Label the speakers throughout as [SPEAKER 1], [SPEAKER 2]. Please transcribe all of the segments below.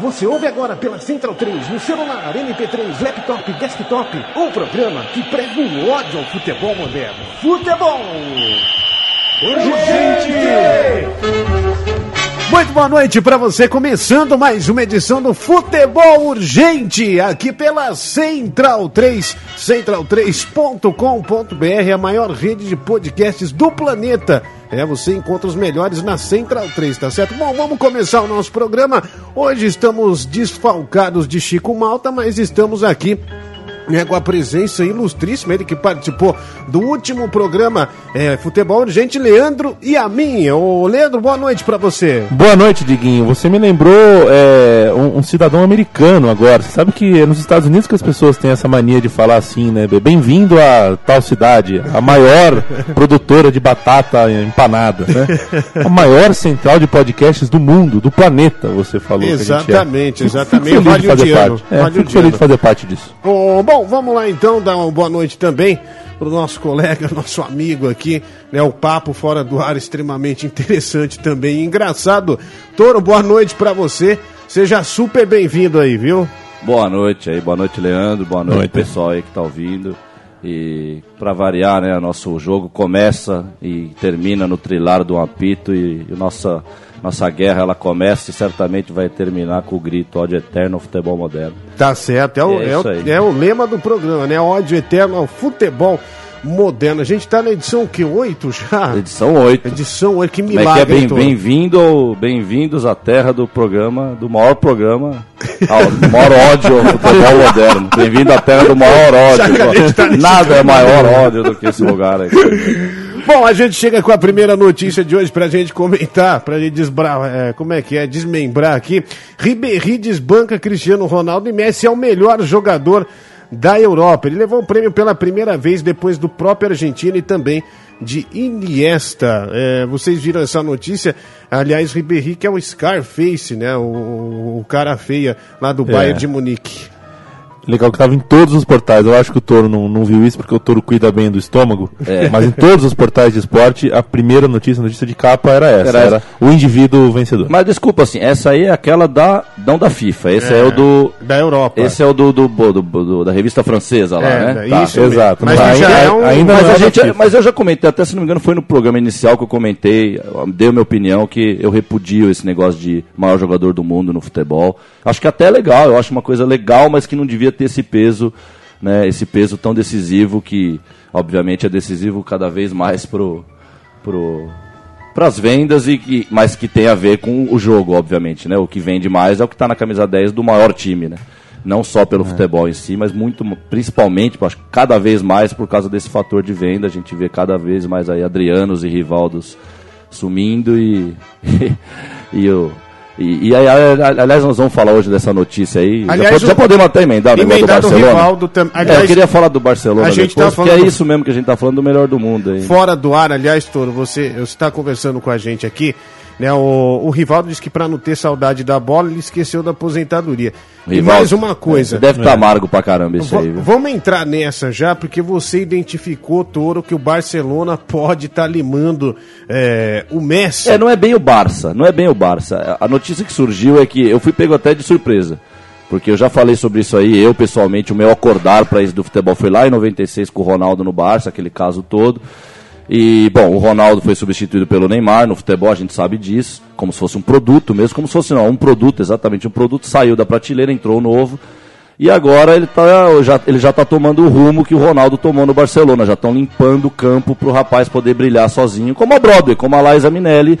[SPEAKER 1] Você ouve agora pela Central 3, no celular, MP3, laptop, desktop, um programa que prega o ódio ao futebol moderno. Futebol! Urgente! Muito boa noite para você, começando mais uma edição do Futebol Urgente, aqui pela Central 3, central3.com.br, a maior rede de podcasts do planeta. É, você encontra os melhores na Central 3, tá certo? Bom, vamos começar o nosso programa. Hoje estamos desfalcados de Chico Malta, mas estamos aqui né, com a presença ilustríssima, ele que participou do último programa é, Futebol Urgente, Leandro e a minha. Ô, Leandro, boa noite para você.
[SPEAKER 2] Boa noite, Diguinho. Você me lembrou é, um, um, cidadão americano agora. Você sabe que é nos Estados Unidos que as pessoas têm essa mania de falar assim, né? Bem-vindo a tal cidade, a maior produtora de batata empanada, né? A maior central de podcasts do mundo, do planeta, você falou.
[SPEAKER 1] Exatamente, exatamente.
[SPEAKER 2] é. Fico feliz, vale de parte. É, vale fico feliz de fazer parte disso.
[SPEAKER 1] Oh, Bom, vamos lá então dar uma boa noite também para o nosso colega, nosso amigo aqui, né? O papo fora do ar extremamente interessante também, engraçado. Toro, boa noite para você. Seja super bem-vindo aí, viu?
[SPEAKER 3] Boa noite aí, boa noite Leandro, boa noite, noite. pessoal aí que tá ouvindo. E para variar, né, nosso jogo começa e termina no trilar do apito e, e nossa nossa guerra ela começa e certamente vai terminar com o grito ódio eterno ao futebol moderno.
[SPEAKER 1] Tá certo, é o, é, é, o, é o, lema do programa, né? Ódio eterno ao futebol moderno. A gente tá na edição que 8 já?
[SPEAKER 3] Edição 8.
[SPEAKER 1] Edição 8, que milagre.
[SPEAKER 3] Como é que é bem-vindo, bem bem-vindos à terra do programa, do maior programa, ao maior ódio ao futebol moderno. Bem-vindo à terra do maior ódio. Tá Nada é maior ódio do que esse lugar aqui.
[SPEAKER 1] Bom, a gente chega com a primeira notícia de hoje pra gente comentar, pra gente desbra... É, como é que é, desmembrar aqui. Ribéry desbanca Cristiano Ronaldo e Messi é o melhor jogador da Europa. Ele levou o prêmio pela primeira vez depois do próprio argentino e também de Iniesta. É, vocês viram essa notícia? Aliás, Ribéry que é o Scarface, né? O, o cara feia lá do é. Bayern de Munique.
[SPEAKER 2] Legal que estava em todos os portais. Eu acho que o Toro não, não viu isso porque o Toro cuida bem do estômago. É. Mas em todos os portais de esporte, a primeira notícia, a notícia de capa era essa, era, era o indivíduo vencedor.
[SPEAKER 3] Mas desculpa, assim, essa aí é aquela da não da FIFA, esse é, é o do
[SPEAKER 1] da Europa.
[SPEAKER 3] Esse é o do, do, do, do da revista francesa lá, é, né?
[SPEAKER 1] Tá. Isso, exato.
[SPEAKER 3] Mas, mas ainda, é um... ainda mas, a gente, mas eu já comentei, até se não me engano, foi no programa inicial que eu comentei, dei a minha opinião que eu repudio esse negócio de maior jogador do mundo no futebol. Acho que até é legal, eu acho uma coisa legal, mas que não devia ter esse peso, né, esse peso tão decisivo que, obviamente, é decisivo cada vez mais pro pro para as vendas e que, mas que tem a ver com o jogo, obviamente, né? O que vende mais é o que está na camisa 10 do maior time, né? Não só pelo é. futebol em si, mas muito principalmente, acho cada vez mais por causa desse fator de venda, a gente vê cada vez mais aí Adrianos e Rivaldos sumindo e e, e o e, e, aliás, nós vamos falar hoje dessa notícia aí.
[SPEAKER 1] Aliás,
[SPEAKER 3] já, podemos até emendar o negócio do Barcelona.
[SPEAKER 1] Rivaldo tam...
[SPEAKER 3] aliás, é, eu queria falar do Barcelona a gente depois, tá falando... é isso mesmo que a gente está falando do melhor do mundo. Aí.
[SPEAKER 1] Fora do ar, aliás, Toro, você está conversando com a gente aqui. Né, o, o Rivaldo disse que para não ter saudade da bola, ele esqueceu da aposentadoria.
[SPEAKER 3] Rivaldo,
[SPEAKER 1] e mais uma coisa. É.
[SPEAKER 3] Deve estar tá amargo pra caramba isso aí. Viu?
[SPEAKER 1] Vamos entrar nessa já, porque você identificou, Toro, que o Barcelona pode estar tá limando é, o Messi.
[SPEAKER 3] É, não é bem o Barça, não é bem o Barça. A notícia que surgiu é que eu fui pego até de surpresa. Porque eu já falei sobre isso aí, eu pessoalmente, o meu acordar para isso do futebol foi lá em 96 com o Ronaldo no Barça, aquele caso todo. E, bom, o Ronaldo foi substituído pelo Neymar, no futebol a gente sabe disso, como se fosse um produto mesmo, como se fosse não, um produto, exatamente, um produto saiu da prateleira, entrou novo, e agora ele, tá, já, ele já tá tomando o rumo que o Ronaldo tomou no Barcelona, já estão limpando o campo pro rapaz poder brilhar sozinho, como a Broadway, como a Liza Minelli.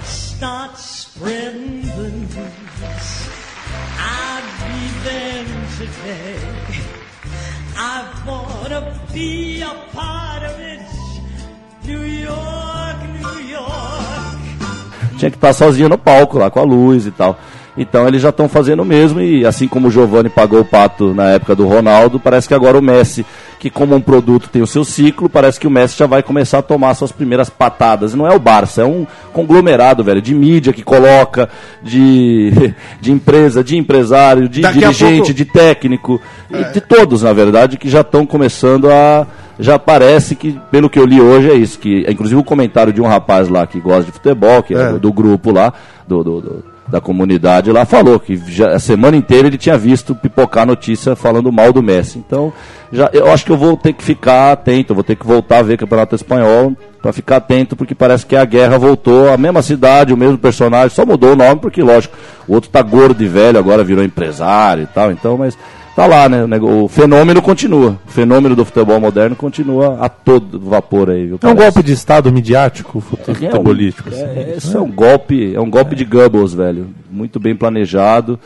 [SPEAKER 3] tinha que estar sozinho no palco lá com a luz e tal. Então eles já estão fazendo o mesmo, e assim como o Giovani pagou o pato na época do Ronaldo, parece que agora o Messi, que como um produto tem o seu ciclo, parece que o Messi já vai começar a tomar suas primeiras patadas. Não é o Barça, é um conglomerado, velho, de mídia que coloca, de, de empresa, de empresário, de
[SPEAKER 1] Daqui a
[SPEAKER 3] dirigente,
[SPEAKER 1] pouco-
[SPEAKER 3] de técnico, e de todos, na verdade, que já estão começando a. Já parece que, pelo que eu li hoje, é isso. que Inclusive o comentário de um rapaz lá que gosta de futebol, que é,
[SPEAKER 1] É.
[SPEAKER 3] do, do grupo lá, do, do- do- da comunidade lá, falou que já, a semana inteira ele tinha visto pipocar notícia falando mal do Messi. Então, já, eu acho que eu vou ter que ficar atento, eu vou ter que voltar a ver Campeonato Espanhol para ficar atento, porque parece que a guerra voltou, a mesma cidade, o mesmo personagem, só mudou o nome, porque, lógico, o outro tá gordo e velho, agora virou empresário e tal, então, mas tá lá, né? O nego- O fenômeno continua. O fenômeno do futebol moderno continua a todo vapor aí, viu?
[SPEAKER 2] É um
[SPEAKER 3] parece.
[SPEAKER 2] golpe de Estado midiático, fute-
[SPEAKER 3] É um-
[SPEAKER 2] futebolístico. assim.
[SPEAKER 3] É, isso é um golpe, é um golpe de Goebbels, velho. Muito bem planejado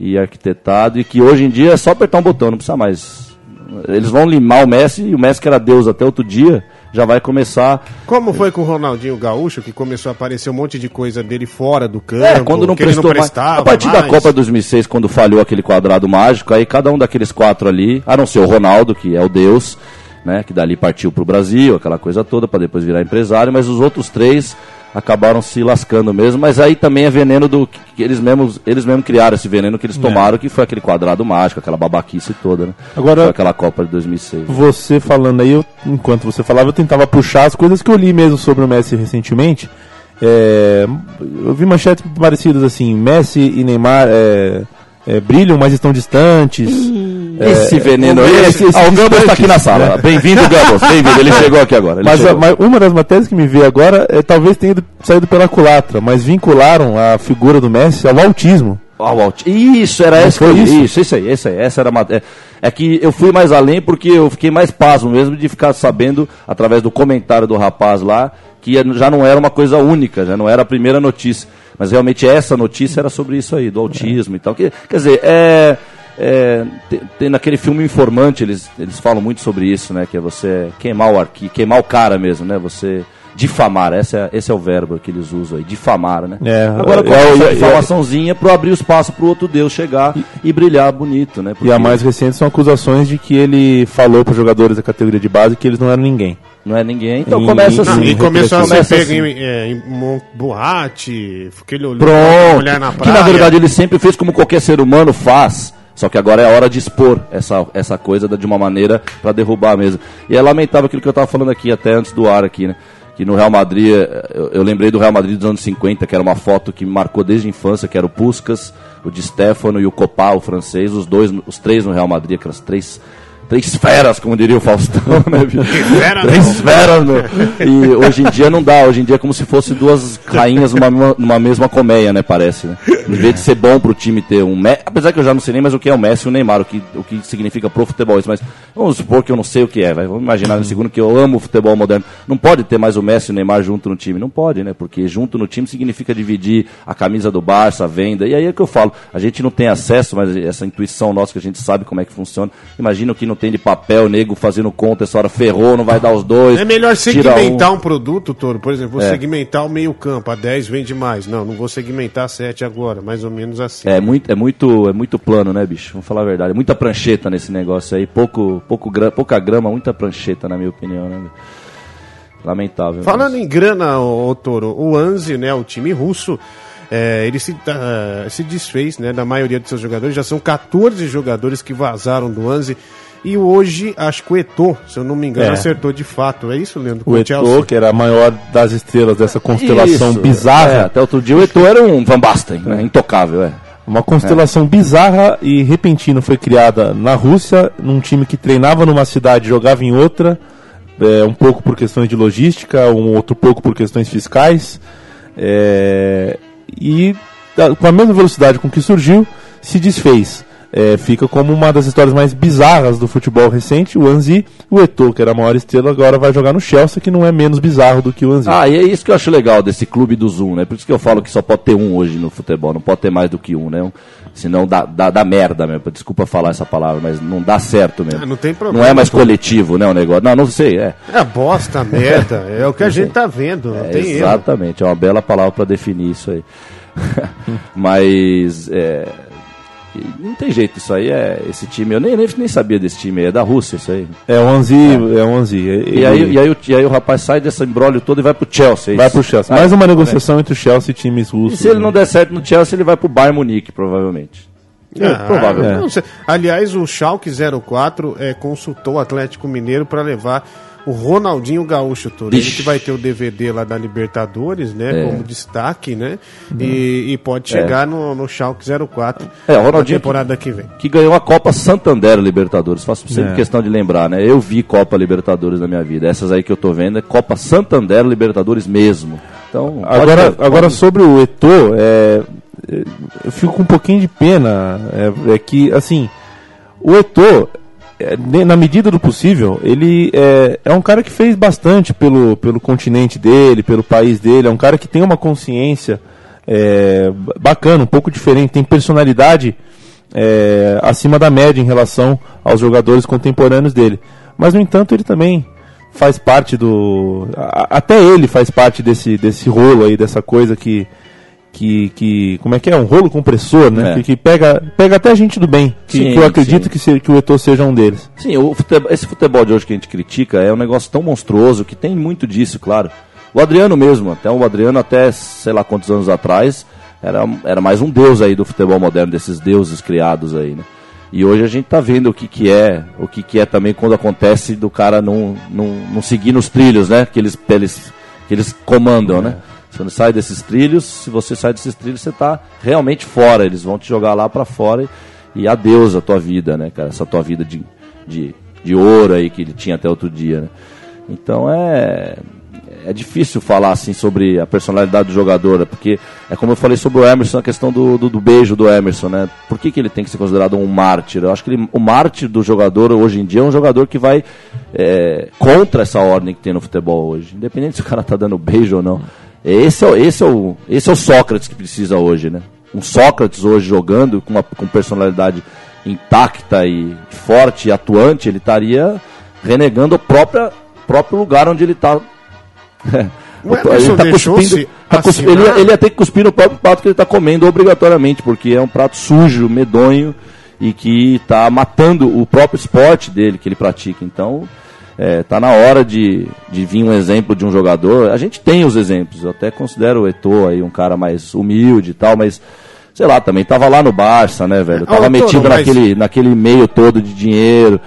[SPEAKER 3] e arquitetado e que hoje em dia é só apertar um botão, não precisa mais. Eles vão limar o Messi e o Messi que era Deus até outro dia já vai começar.
[SPEAKER 1] Como foi com o Ronaldinho Gaúcho, que começou a aparecer um monte de coisa dele fora do campo,
[SPEAKER 3] É, quando não
[SPEAKER 1] Né, que ele
[SPEAKER 3] prestou
[SPEAKER 1] não
[SPEAKER 3] mais.
[SPEAKER 1] prestava
[SPEAKER 3] A partir da
[SPEAKER 1] mais.
[SPEAKER 3] Copa 2006, quando falhou aquele quadrado mágico, aí cada um daqueles quatro ali, a não ser o Ronaldo, que é o Deus, né, que dali partiu pro Brasil, aquela coisa toda, para depois virar empresário, mas os outros três acabaram se lascando mesmo, mas aí também é veneno do que que eles mesmos, eles mesmos criaram esse veneno
[SPEAKER 1] É.
[SPEAKER 3] que eles tomaram, que foi aquele quadrado mágico, aquela babaquice toda, né?
[SPEAKER 2] Agora-
[SPEAKER 3] foi aquela Copa de 2006.
[SPEAKER 2] Você falando aí, eu- enquanto você falava, eu tentava puxar as coisas que eu li mesmo sobre o Messi recentemente. É, eu vi manchetes parecidas assim: Messi e Neymar é, é, brilham, mas estão distantes. É,
[SPEAKER 3] Esse veneno
[SPEAKER 2] o-
[SPEAKER 3] aí.
[SPEAKER 2] esse- esse
[SPEAKER 3] ah, É, o Gambos
[SPEAKER 2] distante,
[SPEAKER 3] está aqui na sala. Bem-vindo, Gambos. Bem-vindo. Ele chegou aqui agora. ele
[SPEAKER 2] Mas, a-
[SPEAKER 3] chegou.
[SPEAKER 2] mas uma das matérias que me veio agora é talvez tenha ido- saído pela culatra, mas vincularam a figura do Messi ao autismo.
[SPEAKER 3] Ao alt- Isso, era essa
[SPEAKER 2] foi
[SPEAKER 3] que eu-
[SPEAKER 2] isso?
[SPEAKER 3] Isso, isso aí, isso aí. Essa era a matéria. É que eu fui mais além porque eu fiquei mais pasmo mesmo de ficar sabendo, através do comentário do rapaz lá, que é, já não era uma coisa única, já não era a primeira notícia. Mas realmente essa notícia era sobre isso aí, do autismo e tal. Que, quer dizer, é. é, tem, tem naquele filme Informante, eles, eles falam muito sobre isso, né? Que é você queimar o arquivo, queimar o cara mesmo, né? Você difamar, essa é- esse é o verbo que eles usam aí, difamar, né?
[SPEAKER 2] É,
[SPEAKER 3] Agora,
[SPEAKER 2] é, é,
[SPEAKER 3] essa
[SPEAKER 2] é,
[SPEAKER 3] informaçãozinha para abrir o espaço para o outro Deus chegar e, brilhar bonito, né?
[SPEAKER 2] E a mais recente são acusações de que ele falou para os jogadores da categoria de base que eles não eram ninguém.
[SPEAKER 3] Não é ninguém, então
[SPEAKER 2] E-
[SPEAKER 3] começa
[SPEAKER 1] Não,
[SPEAKER 3] assim.
[SPEAKER 1] e começou a ser
[SPEAKER 3] Começa
[SPEAKER 1] pego
[SPEAKER 3] assim.
[SPEAKER 1] em, é, em mon- boate, aquele olho- olhar na
[SPEAKER 3] Pronto. Que
[SPEAKER 1] praia.
[SPEAKER 3] na verdade ele sempre fez como qualquer ser humano faz. Só que agora é a hora de expor essa, essa coisa da- de uma maneira para derrubar mesmo. E é lamentável aquilo que eu tava falando aqui, até antes do ar aqui, né? Que no Real Madrid, eh, eu, eu lembrei do Real Madrid dos anos 50, que era uma foto que me marcou desde a infância, que era o Puskas, o Di Stefano e o Copá, o francês, os dois, no- os três no Real Madrid, aquelas três, três feras, como diria o Faustão, né? bicho?
[SPEAKER 1] fera,
[SPEAKER 3] três
[SPEAKER 1] não.
[SPEAKER 3] esfera, meu. E hoje em dia não dá, hoje em dia é como se fosse duas rainhas numa, mesma- numa mesma colmeia, né? Parece, né? Em vez de ser bom pro time ter um Messi, apesar que eu já não sei nem mais o que é o Messi e o Neymar, o que, o que significa pro futebol isso, mas vamos supor que eu não sei o que é, vai. vamos imaginar no segundo que eu amo o futebol moderno. Não pode ter mais o Messi e o Neymar junto no time, não pode, né? Porque junto no time significa dividir a camisa do Barça, a venda, e aí é que eu falo, a gente não tem acesso, mas essa intuição nossa que a gente sabe como é que funciona, imagina o que não tem de papel, nego fazendo conta, essa hora ferrou, não vai dar os dois,
[SPEAKER 1] É melhor
[SPEAKER 3] Tira
[SPEAKER 1] segmentar um... produto, Toro. Por exemplo, vou segmentar o meio-campo. A 10 vende mais. Não, não vou segmentar a 7 agora. Mais ou menos assim.
[SPEAKER 3] É muito, é muito, é muito plano, né, bicho? Vamos falar a verdade. É Muita prancheta nesse negócio aí, pouco, pouco gra- pouca grama, muita prancheta, na minha opinião, né? meu? Lamentável.
[SPEAKER 1] Falando em grana, ô, ô, Toro, o Anzi, né, o time russo, é, ele se, ah, se desfez né, da maioria dos seus jogadores. Já são 14 jogadores que vazaram do Anzi. E hoje, acho que o Eto'o, se eu não me engano,
[SPEAKER 2] É.
[SPEAKER 1] acertou de fato. É isso, Leandro? Com
[SPEAKER 2] O Eto'o, que era a maior das estrelas dessa constelação
[SPEAKER 3] Isso. É,
[SPEAKER 2] bizarra,
[SPEAKER 3] até outro dia o Eto'o era um Van Basten, né? Intocável, é.
[SPEAKER 2] uma constelação bizarra e repentina foi criada na Rússia, num time que treinava numa cidade, jogava em outra, é, um pouco por questões de logística, um outro pouco por questões fiscais, é, e da- com a mesma velocidade com que surgiu, se desfez. É, fica como uma das histórias mais bizarras do futebol recente, o Anzi, o Eto'o, que era a maior estrela, agora vai jogar no Chelsea, que não é menos bizarro do que o Anzi.
[SPEAKER 3] Ah, e é isso que eu acho legal desse clube do Zoom, né? Por isso que eu falo que só pode ter um hoje no futebol, não pode ter mais do que um, né? Um- Senão dá, dá, dá merda mesmo. Desculpa falar essa palavra, mas não dá certo mesmo.
[SPEAKER 1] Ah, não tem problema.
[SPEAKER 3] Não é mais coletivo, né? O negócio. Não, não sei, é.
[SPEAKER 1] É bosta, merda. É o que a gente tá vendo. Não
[SPEAKER 3] É,
[SPEAKER 1] tem erro.
[SPEAKER 3] exatamente, é uma bela palavra para definir isso aí. Mas é, e não tem jeito, isso aí é. Esse time, eu nem, nem, nem sabia desse time, é da Rússia isso aí.
[SPEAKER 2] É 11, é, 11.
[SPEAKER 3] E, aí, e, aí, o- e aí o rapaz sai desse embrólio todo e vai pro Chelsea. é
[SPEAKER 2] vai
[SPEAKER 3] isso?
[SPEAKER 2] pro Chelsea. Mais uma negociação entre o Chelsea e times russos.
[SPEAKER 3] E se ele não
[SPEAKER 2] né?
[SPEAKER 3] der certo no Chelsea, ele vai pro Bayern Munique, provavelmente.
[SPEAKER 1] Ah,
[SPEAKER 3] provável.
[SPEAKER 1] não sei. Aliás, o Schalke 04 é, consultou o Atlético Mineiro para levar o Ronaldinho Gaúcho todo. Ele
[SPEAKER 3] Ixi. É.
[SPEAKER 1] que vai ter o DVD lá da Libertadores, né? Como destaque, né? E, e pode chegar no, no Schalke 04
[SPEAKER 3] Uhum. É, o
[SPEAKER 1] na
[SPEAKER 3] Ronaldinho-
[SPEAKER 1] temporada que vem.
[SPEAKER 3] que ganhou a Copa Santander Libertadores. Faço sempre
[SPEAKER 2] É.
[SPEAKER 3] questão de lembrar, né? Eu vi Copa Libertadores na minha vida. Essas aí que eu tô vendo é Copa Santander Libertadores mesmo. Então, pode-
[SPEAKER 2] Agora,
[SPEAKER 3] pode-
[SPEAKER 2] agora sobre o Eto'o, é, é, eu fico com um pouquinho de pena. É, é que, assim, o Eto'o, é, ne- na medida do possível, ele é, é um cara que fez bastante pelo, pelo continente dele, pelo país dele. É um cara que tem uma consciência é, ba- bacana, um pouco diferente, tem personalidade é, acima da média em relação aos jogadores contemporâneos dele. Mas, no entanto, ele também faz parte do. a- até ele faz parte desse, desse rolo aí, dessa coisa que. Que, que. Como é que é? Um rolo compressor, né?
[SPEAKER 3] É.
[SPEAKER 2] Que, que pega, pega até gente do bem. Que,
[SPEAKER 3] Sim,
[SPEAKER 2] que eu acredito
[SPEAKER 3] sim.
[SPEAKER 2] que, se, que o Eto'o seja um deles.
[SPEAKER 3] Sim, o futebol- esse futebol de hoje que a gente critica é um negócio tão monstruoso que tem muito disso, claro. O Adriano mesmo, até o Adriano até sei lá quantos anos atrás, era, era mais um deus aí do futebol moderno, desses deuses criados aí, né? E hoje a gente tá vendo o que que é, o que que é também quando acontece do cara não, não, não seguir nos trilhos, né? Que eles, eles, que eles comandam, né? Você não sai desses trilhos, se você sai desses trilhos, você tá realmente fora. Eles vão te jogar lá pra fora e, e adeus a tua vida, né, cara? Essa tua vida de, de, de ouro aí que ele tinha até outro dia, né? Então é. É difícil falar assim sobre a personalidade do jogador, né? porque é como eu falei sobre o Emerson, a questão do, do, do beijo do Emerson, né? Por que, que ele tem que ser considerado um mártir? Eu acho que ele- o mártir do jogador hoje em dia é um jogador que vai é, contra essa ordem que tem no futebol hoje, independente se o cara tá dando beijo ou não. Esse é, o- esse é, o, esse é o Sócrates que precisa hoje, né? Um Sócrates hoje jogando com, uma, com personalidade intacta e forte e atuante, ele estaria renegando o próprio, próprio lugar onde ele tá. está.
[SPEAKER 1] O Emerson
[SPEAKER 3] tá
[SPEAKER 1] deixou-se
[SPEAKER 3] ele, é,
[SPEAKER 1] assinar?
[SPEAKER 3] ia- ele ia ter que cuspir no próprio prato que ele está comendo obrigatoriamente, porque é um prato sujo, medonho e que está matando o próprio esporte dele que ele pratica. Então, é, tá na hora de, de vir um exemplo de um jogador. A gente tem os exemplos. Eu até considero o Eto'o aí um cara mais humilde e tal, mas sei lá, também tava lá no Barça, né, velho?
[SPEAKER 1] Ah, o
[SPEAKER 3] Tava
[SPEAKER 1] Eto'o
[SPEAKER 3] metido
[SPEAKER 1] não, mas-
[SPEAKER 3] naquele naquele meio todo de dinheiro.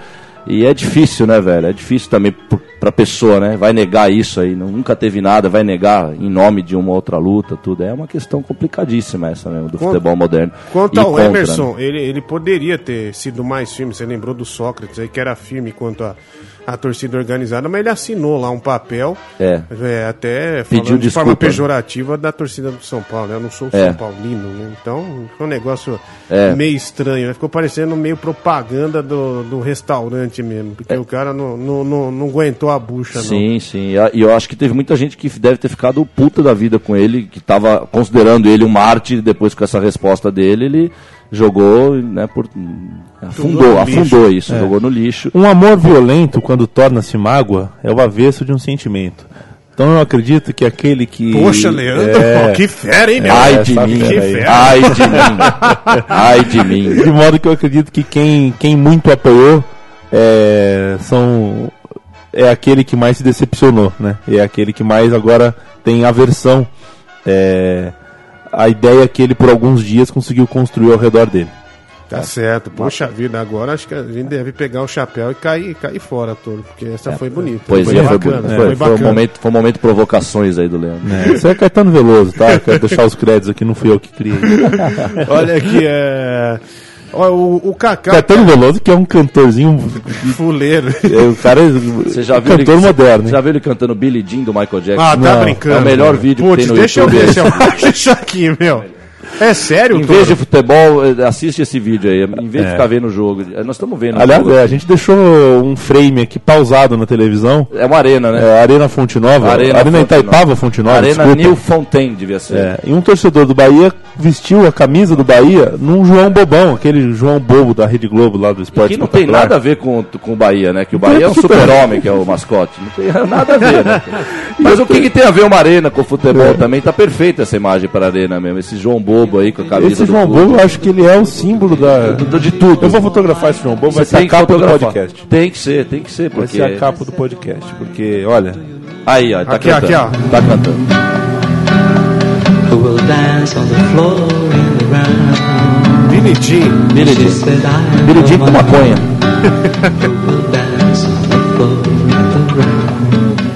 [SPEAKER 3] E é difícil, né, velho? É difícil também pro- pra pessoa, né? Vai negar isso aí, não- nunca teve nada, vai negar em nome de uma outra luta, tudo. É uma questão complicadíssima essa mesmo, do
[SPEAKER 1] Quanto-
[SPEAKER 3] futebol moderno.
[SPEAKER 1] Quanto
[SPEAKER 3] E
[SPEAKER 1] ao
[SPEAKER 3] contra, né?
[SPEAKER 1] Emerson, ele, ele poderia ter sido mais firme. Você lembrou do Sócrates aí, que era firme quanto à à torcida organizada, mas ele assinou lá um papel,
[SPEAKER 3] É.
[SPEAKER 1] até falando
[SPEAKER 3] Pediu
[SPEAKER 1] de forma
[SPEAKER 3] desculpa.
[SPEAKER 1] pejorativa da torcida do São Paulo. né? Eu não sou
[SPEAKER 3] É.
[SPEAKER 1] São Paulino, né? Então foi um negócio
[SPEAKER 3] É.
[SPEAKER 1] meio estranho. né? Ficou parecendo meio propaganda do, do restaurante mesmo, porque o cara não, não, não, não aguentou a bucha, não.
[SPEAKER 3] É. Sim, sim. E a- E eu acho que teve muita gente que deve ter ficado puta da vida com ele, que tava considerando ele um mártir, e depois com essa resposta dele, ele jogou, né, por... afundou,
[SPEAKER 1] no É.
[SPEAKER 3] afundou isso, jogou no lixo.
[SPEAKER 2] Um amor violento, quando torna-se mágoa, é o avesso de um sentimento. Então eu acredito que aquele que.
[SPEAKER 1] Poxa, Leandro,
[SPEAKER 2] É,
[SPEAKER 1] pô, que fera, hein, meu?
[SPEAKER 3] Ai
[SPEAKER 2] É,
[SPEAKER 3] de
[SPEAKER 2] essa
[SPEAKER 3] mim,
[SPEAKER 2] fera
[SPEAKER 1] aí.
[SPEAKER 3] ai de mim, ai de mim.
[SPEAKER 2] De modo que eu acredito que quem, quem muito apoiou é, são, é aquele que mais se decepcionou, né? É aquele que mais agora tem aversão é, à ideia é que ele por alguns dias conseguiu construir ao redor dele.
[SPEAKER 1] Tá certo, poxa vida, agora acho que a gente deve pegar o chapéu e cair, cair fora todo, porque essa foi bonita.
[SPEAKER 3] Poesia É. foi,
[SPEAKER 1] bacana,
[SPEAKER 3] bonita,
[SPEAKER 1] foi,
[SPEAKER 3] foi, foi, um
[SPEAKER 1] bacana.
[SPEAKER 3] momento, foi um momento de provocações aí do Leandro.
[SPEAKER 2] É, Isso é Caetano Veloso, tá? Eu Quero deixar os créditos aqui, não fui eu que criei.
[SPEAKER 1] Olha aqui, é. Ó, o, o Cacá
[SPEAKER 2] Caetano Veloso que é um cantorzinho,
[SPEAKER 1] fuleiro.
[SPEAKER 2] é, o cara é
[SPEAKER 3] Você já viu
[SPEAKER 2] cantor
[SPEAKER 3] ele,
[SPEAKER 2] moderno.
[SPEAKER 3] Você já viu ele cantando Billy Jean do Michael Jackson?
[SPEAKER 1] Ah, tá
[SPEAKER 2] Não,
[SPEAKER 1] brincando.
[SPEAKER 3] é o é melhor vídeo que
[SPEAKER 1] Putz,
[SPEAKER 3] tem no
[SPEAKER 1] deixa eu
[SPEAKER 3] YouTube.
[SPEAKER 1] ver se eu acho isso aqui, meu. É sério,
[SPEAKER 3] Em
[SPEAKER 1] Toro?
[SPEAKER 3] vez de futebol, eh, assiste esse vídeo aí. Em vez
[SPEAKER 2] É.
[SPEAKER 3] de ficar vendo o jogo. eh, Nós estamos vendo. o
[SPEAKER 2] Aliás,
[SPEAKER 3] jogo.
[SPEAKER 2] é, a gente deixou um frame aqui pausado na televisão.
[SPEAKER 3] é uma arena, né?
[SPEAKER 2] É, Arena Fonte Nova. Arena,
[SPEAKER 3] Arena Fonte
[SPEAKER 2] Itaipava
[SPEAKER 3] Nova.
[SPEAKER 2] Fonte Nova.
[SPEAKER 3] arena
[SPEAKER 2] desculpa.
[SPEAKER 3] New Fontaine, devia ser.
[SPEAKER 2] É, e um torcedor do Bahia vestiu a camisa do Bahia num João Bobão, aquele João Bobo da Rede Globo lá do esporte.
[SPEAKER 3] Que não tem
[SPEAKER 2] espetacular.
[SPEAKER 3] nada a ver com, com o Bahia, né? Que o Bahia é um super-homem, que é o mascote. Não tem nada a ver, né? Mas o que, que tem a ver uma arena com
[SPEAKER 2] É.
[SPEAKER 3] futebol também? Tá perfeita essa imagem para arena mesmo. Esse João Bobo aí com a camisa
[SPEAKER 2] Esse
[SPEAKER 3] do
[SPEAKER 2] João
[SPEAKER 3] clube.
[SPEAKER 2] Bobo, eu acho que ele é o símbolo da, de tudo. Eu vou fotografar esse João Bobo, vai
[SPEAKER 3] Você
[SPEAKER 2] ser
[SPEAKER 3] tá
[SPEAKER 2] a
[SPEAKER 3] tem que
[SPEAKER 2] capa do
[SPEAKER 3] fotografar.
[SPEAKER 2] podcast.
[SPEAKER 3] Tem que ser, tem que ser,
[SPEAKER 2] Vai
[SPEAKER 3] porque...
[SPEAKER 2] ser a capa do podcast, porque, olha,
[SPEAKER 3] Aí, ó, tá
[SPEAKER 1] Aqui,
[SPEAKER 3] cantando.
[SPEAKER 1] aqui,
[SPEAKER 3] Tá cantando.
[SPEAKER 4] Who will dance on the floor in the round?
[SPEAKER 1] Bonitinho.
[SPEAKER 3] Billy
[SPEAKER 4] She
[SPEAKER 3] Jean.
[SPEAKER 4] said, I am
[SPEAKER 3] Billy
[SPEAKER 4] the
[SPEAKER 3] Jean com
[SPEAKER 4] one
[SPEAKER 3] maconha.
[SPEAKER 4] who will dance on the floor in the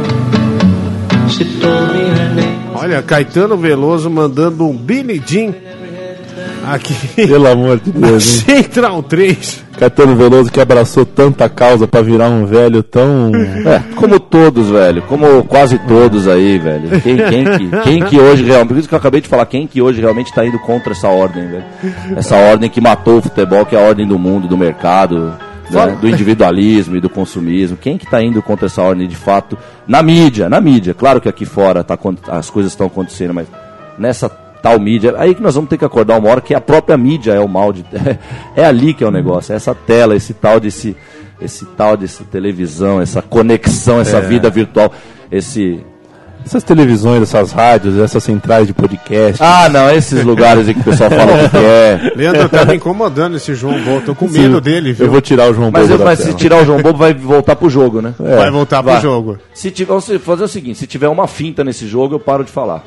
[SPEAKER 4] round. She told me her name.
[SPEAKER 1] Olha, Caetano Veloso mandando um Billy Jean aqui.
[SPEAKER 2] pelo amor de Deus, hein?
[SPEAKER 1] Central 3.
[SPEAKER 2] Caetano Veloso que abraçou tanta causa pra virar um velho tão.
[SPEAKER 3] É, como todos, velho. Como quase todos aí, velho. Quem, quem que, quem que hoje realmente. Por isso que eu acabei de falar, quem que hoje realmente tá indo contra essa ordem, velho. Essa ordem que matou o futebol, que é a ordem do mundo, do mercado, né, do individualismo e do consumismo. Quem que tá indo contra essa ordem de fato? Na mídia, na mídia. Claro que aqui fora tá, acon- as coisas estão acontecendo, mas nessa tal mídia. É Aí que nós vamos ter que acordar uma hora que a própria mídia é o mal de. É ali que é o negócio. É essa tela, esse tal desse. Esse tal dessa televisão, essa conexão, essa vida virtual, esse.
[SPEAKER 2] Essas televisões, essas rádios, essas centrais de podcast.
[SPEAKER 3] Ah, não, esses lugares aí que o pessoal fala o que é.
[SPEAKER 1] Leandro, tá me incomodando esse João Bobo. Tô com medo
[SPEAKER 2] Sim,
[SPEAKER 1] dele,
[SPEAKER 2] Eu
[SPEAKER 1] viu?
[SPEAKER 2] vou tirar o João
[SPEAKER 3] Mas,
[SPEAKER 2] Bobo.
[SPEAKER 3] eu-
[SPEAKER 2] da
[SPEAKER 3] mas se
[SPEAKER 2] tela.
[SPEAKER 3] tirar o João Bobo, vai voltar pro jogo, né?
[SPEAKER 1] Vai voltar pro
[SPEAKER 3] Vai.
[SPEAKER 1] jogo.
[SPEAKER 3] Se tiver, se fazer o seguinte, se tiver uma finta nesse jogo, eu paro de falar.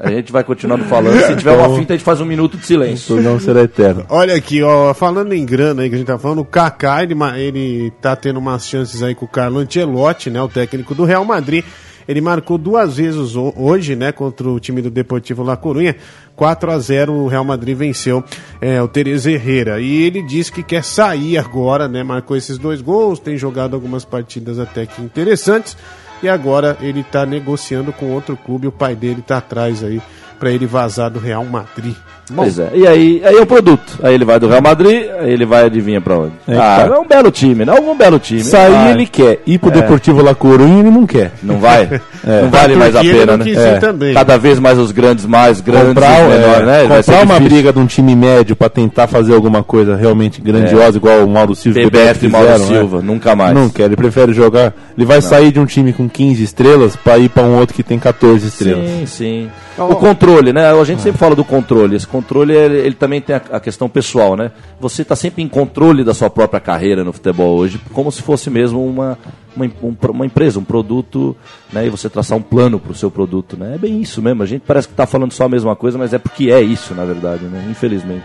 [SPEAKER 3] a gente vai continuando falando. Se tiver uma finta, a gente faz um minuto de silêncio.
[SPEAKER 2] O não será eterno.
[SPEAKER 1] Olha aqui, ó, falando em grana aí que a gente tá falando, o Kaká, ele, ma- ele tá tendo umas chances aí com o Carlo Ancelotti, né, o técnico do Real Madrid. Ele marcou duas vezes ho- hoje, né, contra o time do Deportivo La Coruña. 4 a 0 o Real Madrid venceu é, o Tereza Herrera. E ele disse que quer sair agora, né, marcou esses dois gols, tem jogado algumas partidas até que interessantes. E agora ele tá negociando com outro clube, o pai dele tá atrás aí pra ele vazar do Real Madrid.
[SPEAKER 3] Pois é. E aí, aí é o produto. Aí ele vai do Real Madrid, aí ele vai adivinha pra onde?
[SPEAKER 2] É,
[SPEAKER 3] ah,
[SPEAKER 2] cara.
[SPEAKER 3] é um belo time, né? Um belo time.
[SPEAKER 2] Sair
[SPEAKER 3] Vai. É.
[SPEAKER 2] ele quer, ir pro É. Deportivo La Coruña ele não quer.
[SPEAKER 3] Não vai? Não
[SPEAKER 1] Pra
[SPEAKER 3] vale mais a
[SPEAKER 1] Turquia ele
[SPEAKER 3] pena,
[SPEAKER 1] não
[SPEAKER 3] né?
[SPEAKER 1] quis ir também.
[SPEAKER 3] Cada vez mais os grandes, mais grandes,
[SPEAKER 2] comprar,
[SPEAKER 3] os menores,
[SPEAKER 2] é,
[SPEAKER 3] né? Vai ser
[SPEAKER 2] comprar uma
[SPEAKER 3] difícil.
[SPEAKER 2] briga de um time médio pra tentar fazer alguma coisa realmente grandiosa, igual o Mauro Silva e o
[SPEAKER 3] BBF É. e Mauro
[SPEAKER 2] fizeram, né?
[SPEAKER 3] Silva, nunca mais.
[SPEAKER 2] Não quer, ele prefere jogar. Ele vai sair de um time com 15 estrelas pra ir pra um outro que tem 14 estrelas.
[SPEAKER 3] Sim, sim. O controle, né? A gente sempre fala do controle. Esse controle, ele, ele também tem a, a questão pessoal, né? Você está sempre em controle da sua própria carreira no futebol hoje, como se fosse mesmo uma, uma, em- um pro- uma empresa, um produto, né? E você traçar um plano para o seu produto, né? É bem isso mesmo. A gente parece que está falando só a mesma coisa, mas é porque é isso, na verdade, né? Infelizmente.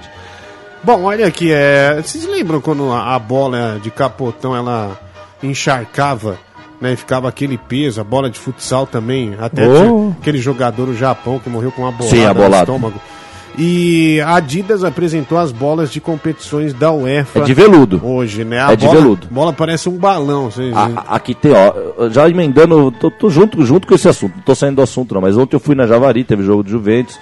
[SPEAKER 1] Bom, olha aqui, é... vocês lembram quando a a bola de capotão ela encharcava, né? E ficava aquele peso, a bola de futsal também, até
[SPEAKER 2] Oh.
[SPEAKER 1] tinha aquele jogador do Japão que morreu com uma bolada
[SPEAKER 3] Sim, a
[SPEAKER 1] no
[SPEAKER 3] bolada.
[SPEAKER 1] estômago. E a Adidas apresentou as bolas de competições da UEFA.
[SPEAKER 3] É de veludo.
[SPEAKER 1] Hoje, né? A
[SPEAKER 3] É de
[SPEAKER 1] bola,
[SPEAKER 3] veludo. Ah,
[SPEAKER 1] bola parece um balão. Vocês...
[SPEAKER 3] A- a- Aqui tem, ó, já emendando, tô, tô junto, junto com esse assunto, não tô saindo do assunto não, mas ontem eu fui na Javari, teve jogo do Juventus,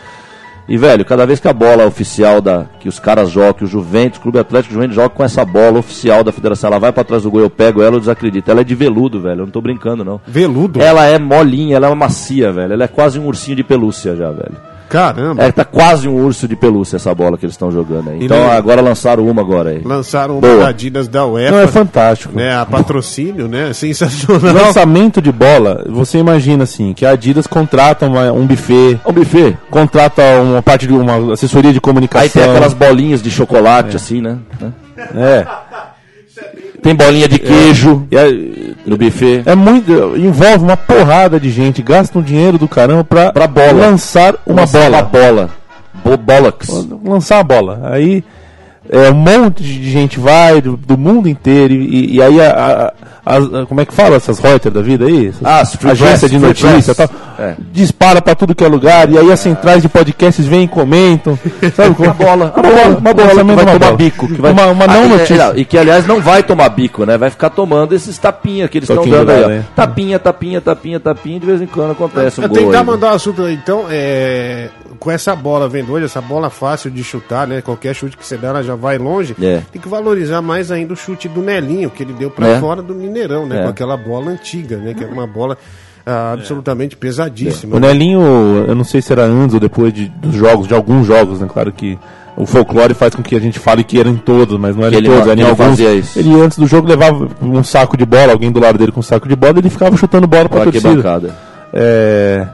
[SPEAKER 3] e velho, cada vez que a bola oficial da, que os caras jogam, que o Juventus, o Clube Atlético Juventus joga com essa bola oficial da federação, ela vai pra trás do gol, eu pego ela, eu desacredito, ela é de veludo, velho, eu não tô brincando não.
[SPEAKER 1] Veludo?
[SPEAKER 3] Ela é molinha, ela é macia, velho, ela é quase um ursinho de pelúcia já, velho.
[SPEAKER 1] Caramba!
[SPEAKER 3] É, tá quase um urso de pelúcia essa bola que eles estão jogando aí.
[SPEAKER 1] E
[SPEAKER 3] Então
[SPEAKER 1] não-
[SPEAKER 3] agora lançaram uma agora aí.
[SPEAKER 1] Lançaram uma
[SPEAKER 3] É. Boa.
[SPEAKER 1] da Adidas da UEFA.
[SPEAKER 2] Não, é fantástico.
[SPEAKER 1] né? A patrocínio, né? Sensacional.
[SPEAKER 2] Lançamento de bola, você imagina assim, que a Adidas contrata uma- um buffet,
[SPEAKER 3] Ô, buffet,
[SPEAKER 2] contrata uma parte de uma assessoria de comunicação.
[SPEAKER 3] Aí tem aquelas bolinhas de chocolate, assim, né? Né?
[SPEAKER 2] É.
[SPEAKER 3] Tem bolinha de queijo É. no buffet.
[SPEAKER 2] É muito. Envolve uma porrada de gente, gasta um dinheiro do caramba pra,
[SPEAKER 3] Pra bola.
[SPEAKER 2] lançar É uma
[SPEAKER 3] Lançar
[SPEAKER 2] bola.
[SPEAKER 3] Uma bola. Bo- bollocks.
[SPEAKER 2] Lançar a bola. Aí é, um monte de gente vai do, do mundo inteiro e, e aí a, a- as- a- como é que fala essas Reuters da vida aí? Essas
[SPEAKER 3] Ah, as free
[SPEAKER 2] agência
[SPEAKER 3] press,
[SPEAKER 2] de
[SPEAKER 3] free
[SPEAKER 2] notícia e tal.
[SPEAKER 3] press. É.
[SPEAKER 2] Dispara pra tudo que é lugar e aí as centrais de podcasts vêm e comentam. Sabe como? Uma bola, uma bola, uma bola,
[SPEAKER 3] que vai
[SPEAKER 2] uma
[SPEAKER 3] tomar
[SPEAKER 2] bola.
[SPEAKER 3] bico. Que vai...
[SPEAKER 2] Uma, uma não
[SPEAKER 3] Ah, e-
[SPEAKER 2] notícia.
[SPEAKER 3] e, que, aliás, não vai tomar bico, né? Vai ficar tomando esses tapinhas que eles estão
[SPEAKER 2] Toquinho
[SPEAKER 3] dando
[SPEAKER 2] de
[SPEAKER 3] aí,
[SPEAKER 2] lado,
[SPEAKER 3] ó.
[SPEAKER 2] né?
[SPEAKER 3] Tapinha, tapinha, tapinha, tapinha, de vez em quando acontece um
[SPEAKER 1] Eu
[SPEAKER 3] gol
[SPEAKER 1] tentar
[SPEAKER 3] aí.
[SPEAKER 1] mandar um assunto aí, então, é, com essa bola vendo hoje, essa bola fácil de chutar, né? Qualquer chute que você dá, ela já vai longe.
[SPEAKER 3] É.
[SPEAKER 1] Tem que valorizar mais ainda o chute do Nelinho, que ele deu pra
[SPEAKER 3] É.
[SPEAKER 1] fora do Mineirão, né?
[SPEAKER 3] É.
[SPEAKER 1] Com aquela bola antiga, né? Que era uma bola ah,
[SPEAKER 3] É.
[SPEAKER 1] absolutamente pesadíssima.
[SPEAKER 2] O Nelinho, eu não sei se era antes ou depois de, dos jogos, de alguns jogos, né? Claro que o folclore faz com que a gente fale que era em todos, mas não era
[SPEAKER 3] Que
[SPEAKER 2] em
[SPEAKER 3] ele
[SPEAKER 2] todos,
[SPEAKER 3] fa-
[SPEAKER 2] era em
[SPEAKER 3] ele
[SPEAKER 2] alguns.
[SPEAKER 3] fazia isso.
[SPEAKER 2] Ele antes do jogo levava um saco de bola, alguém do lado dele com um saco de bola, ele ficava chutando bola pra
[SPEAKER 3] Olha que
[SPEAKER 2] torcida.
[SPEAKER 3] bancada.
[SPEAKER 2] É,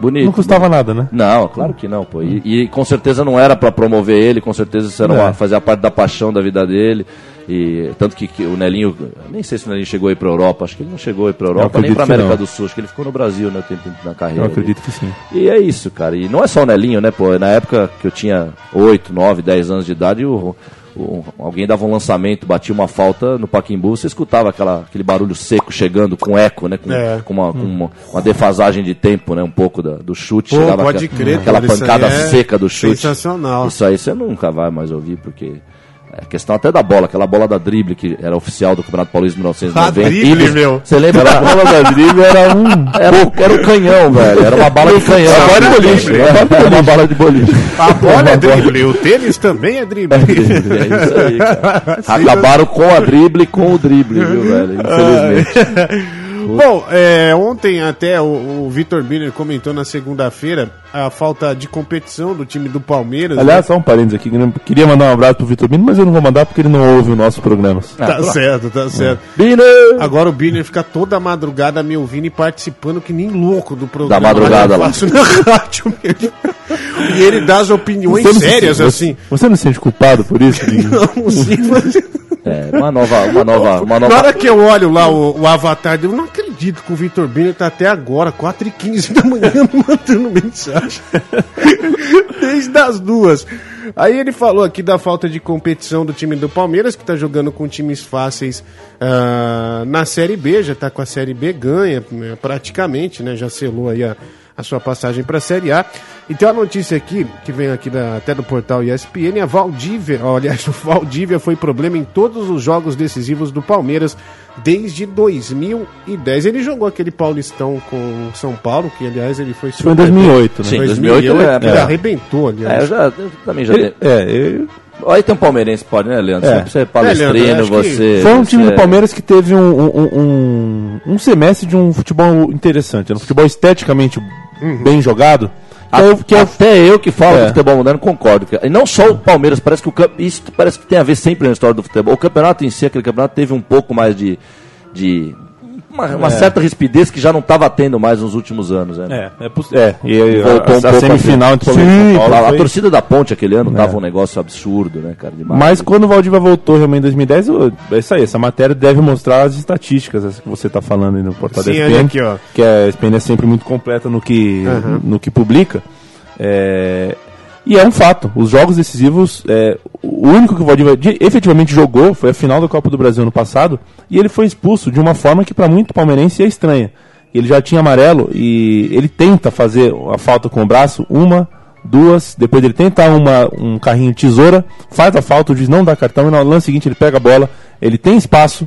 [SPEAKER 3] Bonito.
[SPEAKER 2] não custava nada, né?
[SPEAKER 3] Não, claro que não, pô. E, e com certeza não era pra promover ele, com certeza isso era uma,
[SPEAKER 2] É.
[SPEAKER 3] fazia parte da paixão da vida dele. E tanto que, que o Nelinho, nem sei se o Nelinho chegou aí pra Europa, acho que ele não chegou aí pra Europa, nem
[SPEAKER 2] acredito
[SPEAKER 3] pra
[SPEAKER 2] que
[SPEAKER 3] América
[SPEAKER 2] não.
[SPEAKER 3] do Sul, acho que ele ficou no Brasil, né, o tempo na carreira.
[SPEAKER 2] Eu
[SPEAKER 3] dele.
[SPEAKER 2] acredito que sim.
[SPEAKER 3] E é isso, cara. E não é só o Nelinho, né, pô? Na época que eu tinha 8, 9, 10 anos de idade, o, o- alguém dava um lançamento, batia uma falta no Paquimbu, você escutava aquela, aquele barulho seco chegando com eco, né? Com,
[SPEAKER 1] É.
[SPEAKER 3] com uma, com uma- uma defasagem de tempo, né? Um pouco da- do chute.
[SPEAKER 1] Pô,
[SPEAKER 3] chegava
[SPEAKER 1] pode
[SPEAKER 3] aquela,
[SPEAKER 1] crer,
[SPEAKER 3] aquela
[SPEAKER 1] cara, isso
[SPEAKER 3] pancada
[SPEAKER 1] aí é
[SPEAKER 3] seca do chute.
[SPEAKER 1] sensacional.
[SPEAKER 3] Isso aí você nunca vai mais ouvir, porque... É questão até da bola, aquela bola da drible que era oficial do Campeonato Paulista de 1990.
[SPEAKER 1] A drible,
[SPEAKER 3] Ibis-
[SPEAKER 1] meu.
[SPEAKER 3] Você lembra? da bola da drible era um era, um- era um canhão, velho. Era uma bala de canhão.
[SPEAKER 2] é
[SPEAKER 3] Era
[SPEAKER 1] bola de boliche.
[SPEAKER 3] Era né? uma bala de boliche.
[SPEAKER 1] A bola é drible, o tênis também é drible.
[SPEAKER 3] É isso aí, cara. Acabaram com a drible e com o drible, viu, velho?
[SPEAKER 2] É.
[SPEAKER 3] Infelizmente.
[SPEAKER 1] Bom, é, ontem até o, o Vitor Miller comentou na segunda-feira a falta de competição do time do Palmeiras.
[SPEAKER 2] Aliás, só um parênteses aqui, né? queria mandar um abraço pro Vitor Mino, mas eu não vou mandar porque ele não ouve os nossos programas.
[SPEAKER 3] Ah,
[SPEAKER 1] né? tá certo, tá certo.
[SPEAKER 3] Biner!
[SPEAKER 1] Agora o Biner fica toda madrugada me ouvindo e participando que nem louco do programa.
[SPEAKER 3] Da madrugada
[SPEAKER 1] Eu
[SPEAKER 3] lá.
[SPEAKER 1] faço na rádio mesmo. E ele dá as opiniões
[SPEAKER 2] não se
[SPEAKER 1] sérias,
[SPEAKER 2] sente-
[SPEAKER 1] assim.
[SPEAKER 2] Você não se sente culpado por isso? Bino?
[SPEAKER 1] Não, sim, mas-
[SPEAKER 3] É, uma nova, uma nova, uma
[SPEAKER 1] Na
[SPEAKER 3] nova.
[SPEAKER 1] hora que eu olho lá o, o avatar, eu não acredito que o Vitor Biner tá até agora, 4h15 da manhã, mandando mensagem. Desde as duas. Aí ele falou aqui da falta de competição do time do Palmeiras, que tá jogando com times fáceis ah, na Série B, já tá com a Série B ganha, né, praticamente, né? Já selou aí a, a sua passagem pra Série A. E tem uma notícia aqui, que vem aqui da- até do portal ESPN, a Valdívia, ó, aliás, o Valdívia foi problema em todos os jogos decisivos do Palmeiras desde 2010. Ele jogou aquele paulistão com o São Paulo, que aliás ele foi...
[SPEAKER 2] Isso foi em 2008, né?
[SPEAKER 3] Sim.
[SPEAKER 1] 2008,
[SPEAKER 3] 2008,
[SPEAKER 1] ele
[SPEAKER 3] é.
[SPEAKER 1] arrebentou,
[SPEAKER 3] É,
[SPEAKER 1] aliás.
[SPEAKER 3] eu já, eu também já.
[SPEAKER 2] Ele- é, eu,
[SPEAKER 3] Aí tem um palmeirense, pode, né, Leandro?
[SPEAKER 2] É.
[SPEAKER 3] Você é palestrino,
[SPEAKER 1] É, Leandro, acho que
[SPEAKER 3] você.
[SPEAKER 2] Foi um
[SPEAKER 3] você
[SPEAKER 2] time do
[SPEAKER 3] é-
[SPEAKER 2] Palmeiras que teve um, um, um- um semestre de um futebol interessante. Era um futebol esteticamente bem jogado.
[SPEAKER 3] A-
[SPEAKER 2] Que é o- que é o-
[SPEAKER 3] até eu que falo
[SPEAKER 2] É.
[SPEAKER 3] do futebol moderno concordo. cara. E não só o Palmeiras, parece que o camp- isso parece que tem a ver sempre na história do futebol. O campeonato em si, aquele campeonato teve um pouco mais de. de uma, uma certa rispidez que já não estava tendo mais nos últimos anos. Né?
[SPEAKER 2] é, é, poss- é, e aí,
[SPEAKER 3] Voltou
[SPEAKER 2] a,
[SPEAKER 3] um
[SPEAKER 2] a
[SPEAKER 3] pouco
[SPEAKER 2] semifinal entre
[SPEAKER 3] Sim,
[SPEAKER 2] Palmeiras e São Paulo.
[SPEAKER 3] a, a
[SPEAKER 2] foi- É.
[SPEAKER 3] torcida da ponte aquele ano tava um negócio absurdo, né, cara? Demais.
[SPEAKER 2] Mas quando o Valdívia voltou realmente em 2010, o- é isso aí, essa matéria deve mostrar as estatísticas essas que você está falando aí no portal
[SPEAKER 1] Sim,
[SPEAKER 2] da
[SPEAKER 1] olha
[SPEAKER 2] SPN,
[SPEAKER 1] aqui, ó.
[SPEAKER 2] que a SPN é sempre muito completa no que, no que publica. É, E é um fato, os jogos decisivos, é, o único que o Valdívia de- efetivamente jogou foi a final da Copa do Brasil ano passado, e ele foi expulso de uma forma que para muito palmeirense é estranha. Ele já tinha amarelo e ele tenta fazer a falta com o braço, uma, duas, depois ele tenta uma, um carrinho tesoura, faz a falta, o juiz não dá cartão, e no lance seguinte ele pega a bola, ele tem espaço,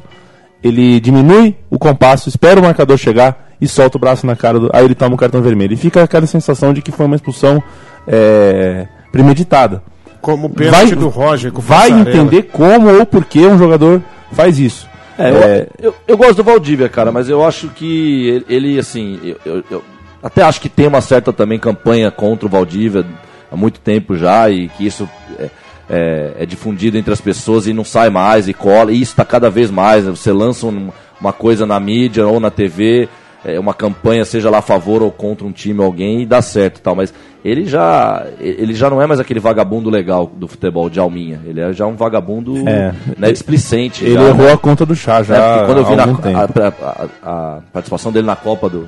[SPEAKER 2] ele diminui o compasso, espera o marcador chegar e solta o braço na cara do. Aí ele toma o cartão vermelho. E fica aquela sensação de que foi uma expulsão é, premeditada.
[SPEAKER 1] Como o pênalti do Roger com o
[SPEAKER 2] vai
[SPEAKER 1] Passarella.
[SPEAKER 2] entender como ou por que um jogador faz isso.
[SPEAKER 3] É,
[SPEAKER 2] É,
[SPEAKER 3] Eu, eu, eu gosto do Valdívia, cara, mas eu acho que ele, ele, assim, eu, eu- eu até acho que tem uma certa também campanha contra o Valdívia há muito tempo já e que isso é, é- é difundido entre as pessoas e não sai mais e cola, e isso está cada vez mais. né? Você lança um- uma coisa na mídia ou na TV, é, uma campanha, seja lá a favor ou contra um time ou alguém, e dá certo e tal, mas ele já, ele já não é mais aquele vagabundo legal do futebol de Alminha. Ele é já um vagabundo
[SPEAKER 2] É.
[SPEAKER 3] né, displicente.
[SPEAKER 2] ele
[SPEAKER 3] já, né?
[SPEAKER 2] errou a conta do chá já.
[SPEAKER 3] É, porque quando eu
[SPEAKER 2] há
[SPEAKER 3] vi na-
[SPEAKER 2] algum tempo.
[SPEAKER 3] a, a- a- a participação dele na Copa do,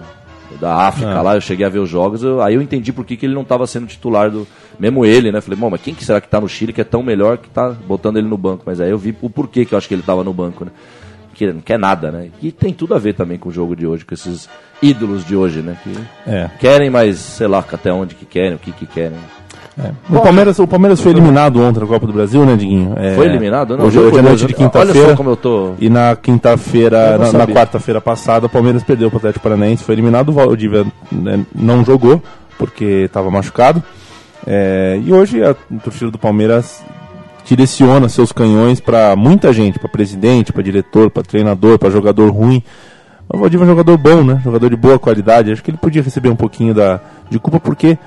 [SPEAKER 3] da
[SPEAKER 2] É.
[SPEAKER 3] África lá, eu cheguei a ver os jogos, eu- aí eu entendi por que, que ele não estava sendo titular do. Mesmo ele, né? Falei, bom, mas quem que será que tá no Chile que é tão melhor que tá botando ele no banco? Mas aí eu vi o porquê que eu acho que ele estava no banco, né? Que ele não quer nada, né? E tem tudo a ver também com o jogo de hoje, com esses ídolos de hoje, né? Que
[SPEAKER 2] É.
[SPEAKER 3] querem, mas sei lá até onde que querem, o que que querem.
[SPEAKER 2] O Palmeiras, o Palmeiras foi eliminado ontem na Copa do Brasil, né, Diguinho? É,
[SPEAKER 3] Foi eliminado? Não,
[SPEAKER 2] hoje,
[SPEAKER 3] não
[SPEAKER 2] hoje
[SPEAKER 3] foi
[SPEAKER 2] é noite
[SPEAKER 3] mesmo.
[SPEAKER 2] de
[SPEAKER 3] Olha só
[SPEAKER 2] quinta-feira.
[SPEAKER 3] como eu tô.
[SPEAKER 2] E na quinta-feira,
[SPEAKER 3] Eu não
[SPEAKER 2] na, na
[SPEAKER 3] sabia.
[SPEAKER 2] quarta-feira passada, o Palmeiras perdeu para o Atlético Paranaense, foi eliminado, o Valdívia né, não jogou porque estava machucado. É, e hoje a torcida do Palmeiras direciona seus canhões para muita gente, para presidente, para diretor, para treinador, para jogador ruim. O Valdívia é um jogador bom, né? Jogador de boa qualidade. Acho que ele podia receber um pouquinho da, de culpa porque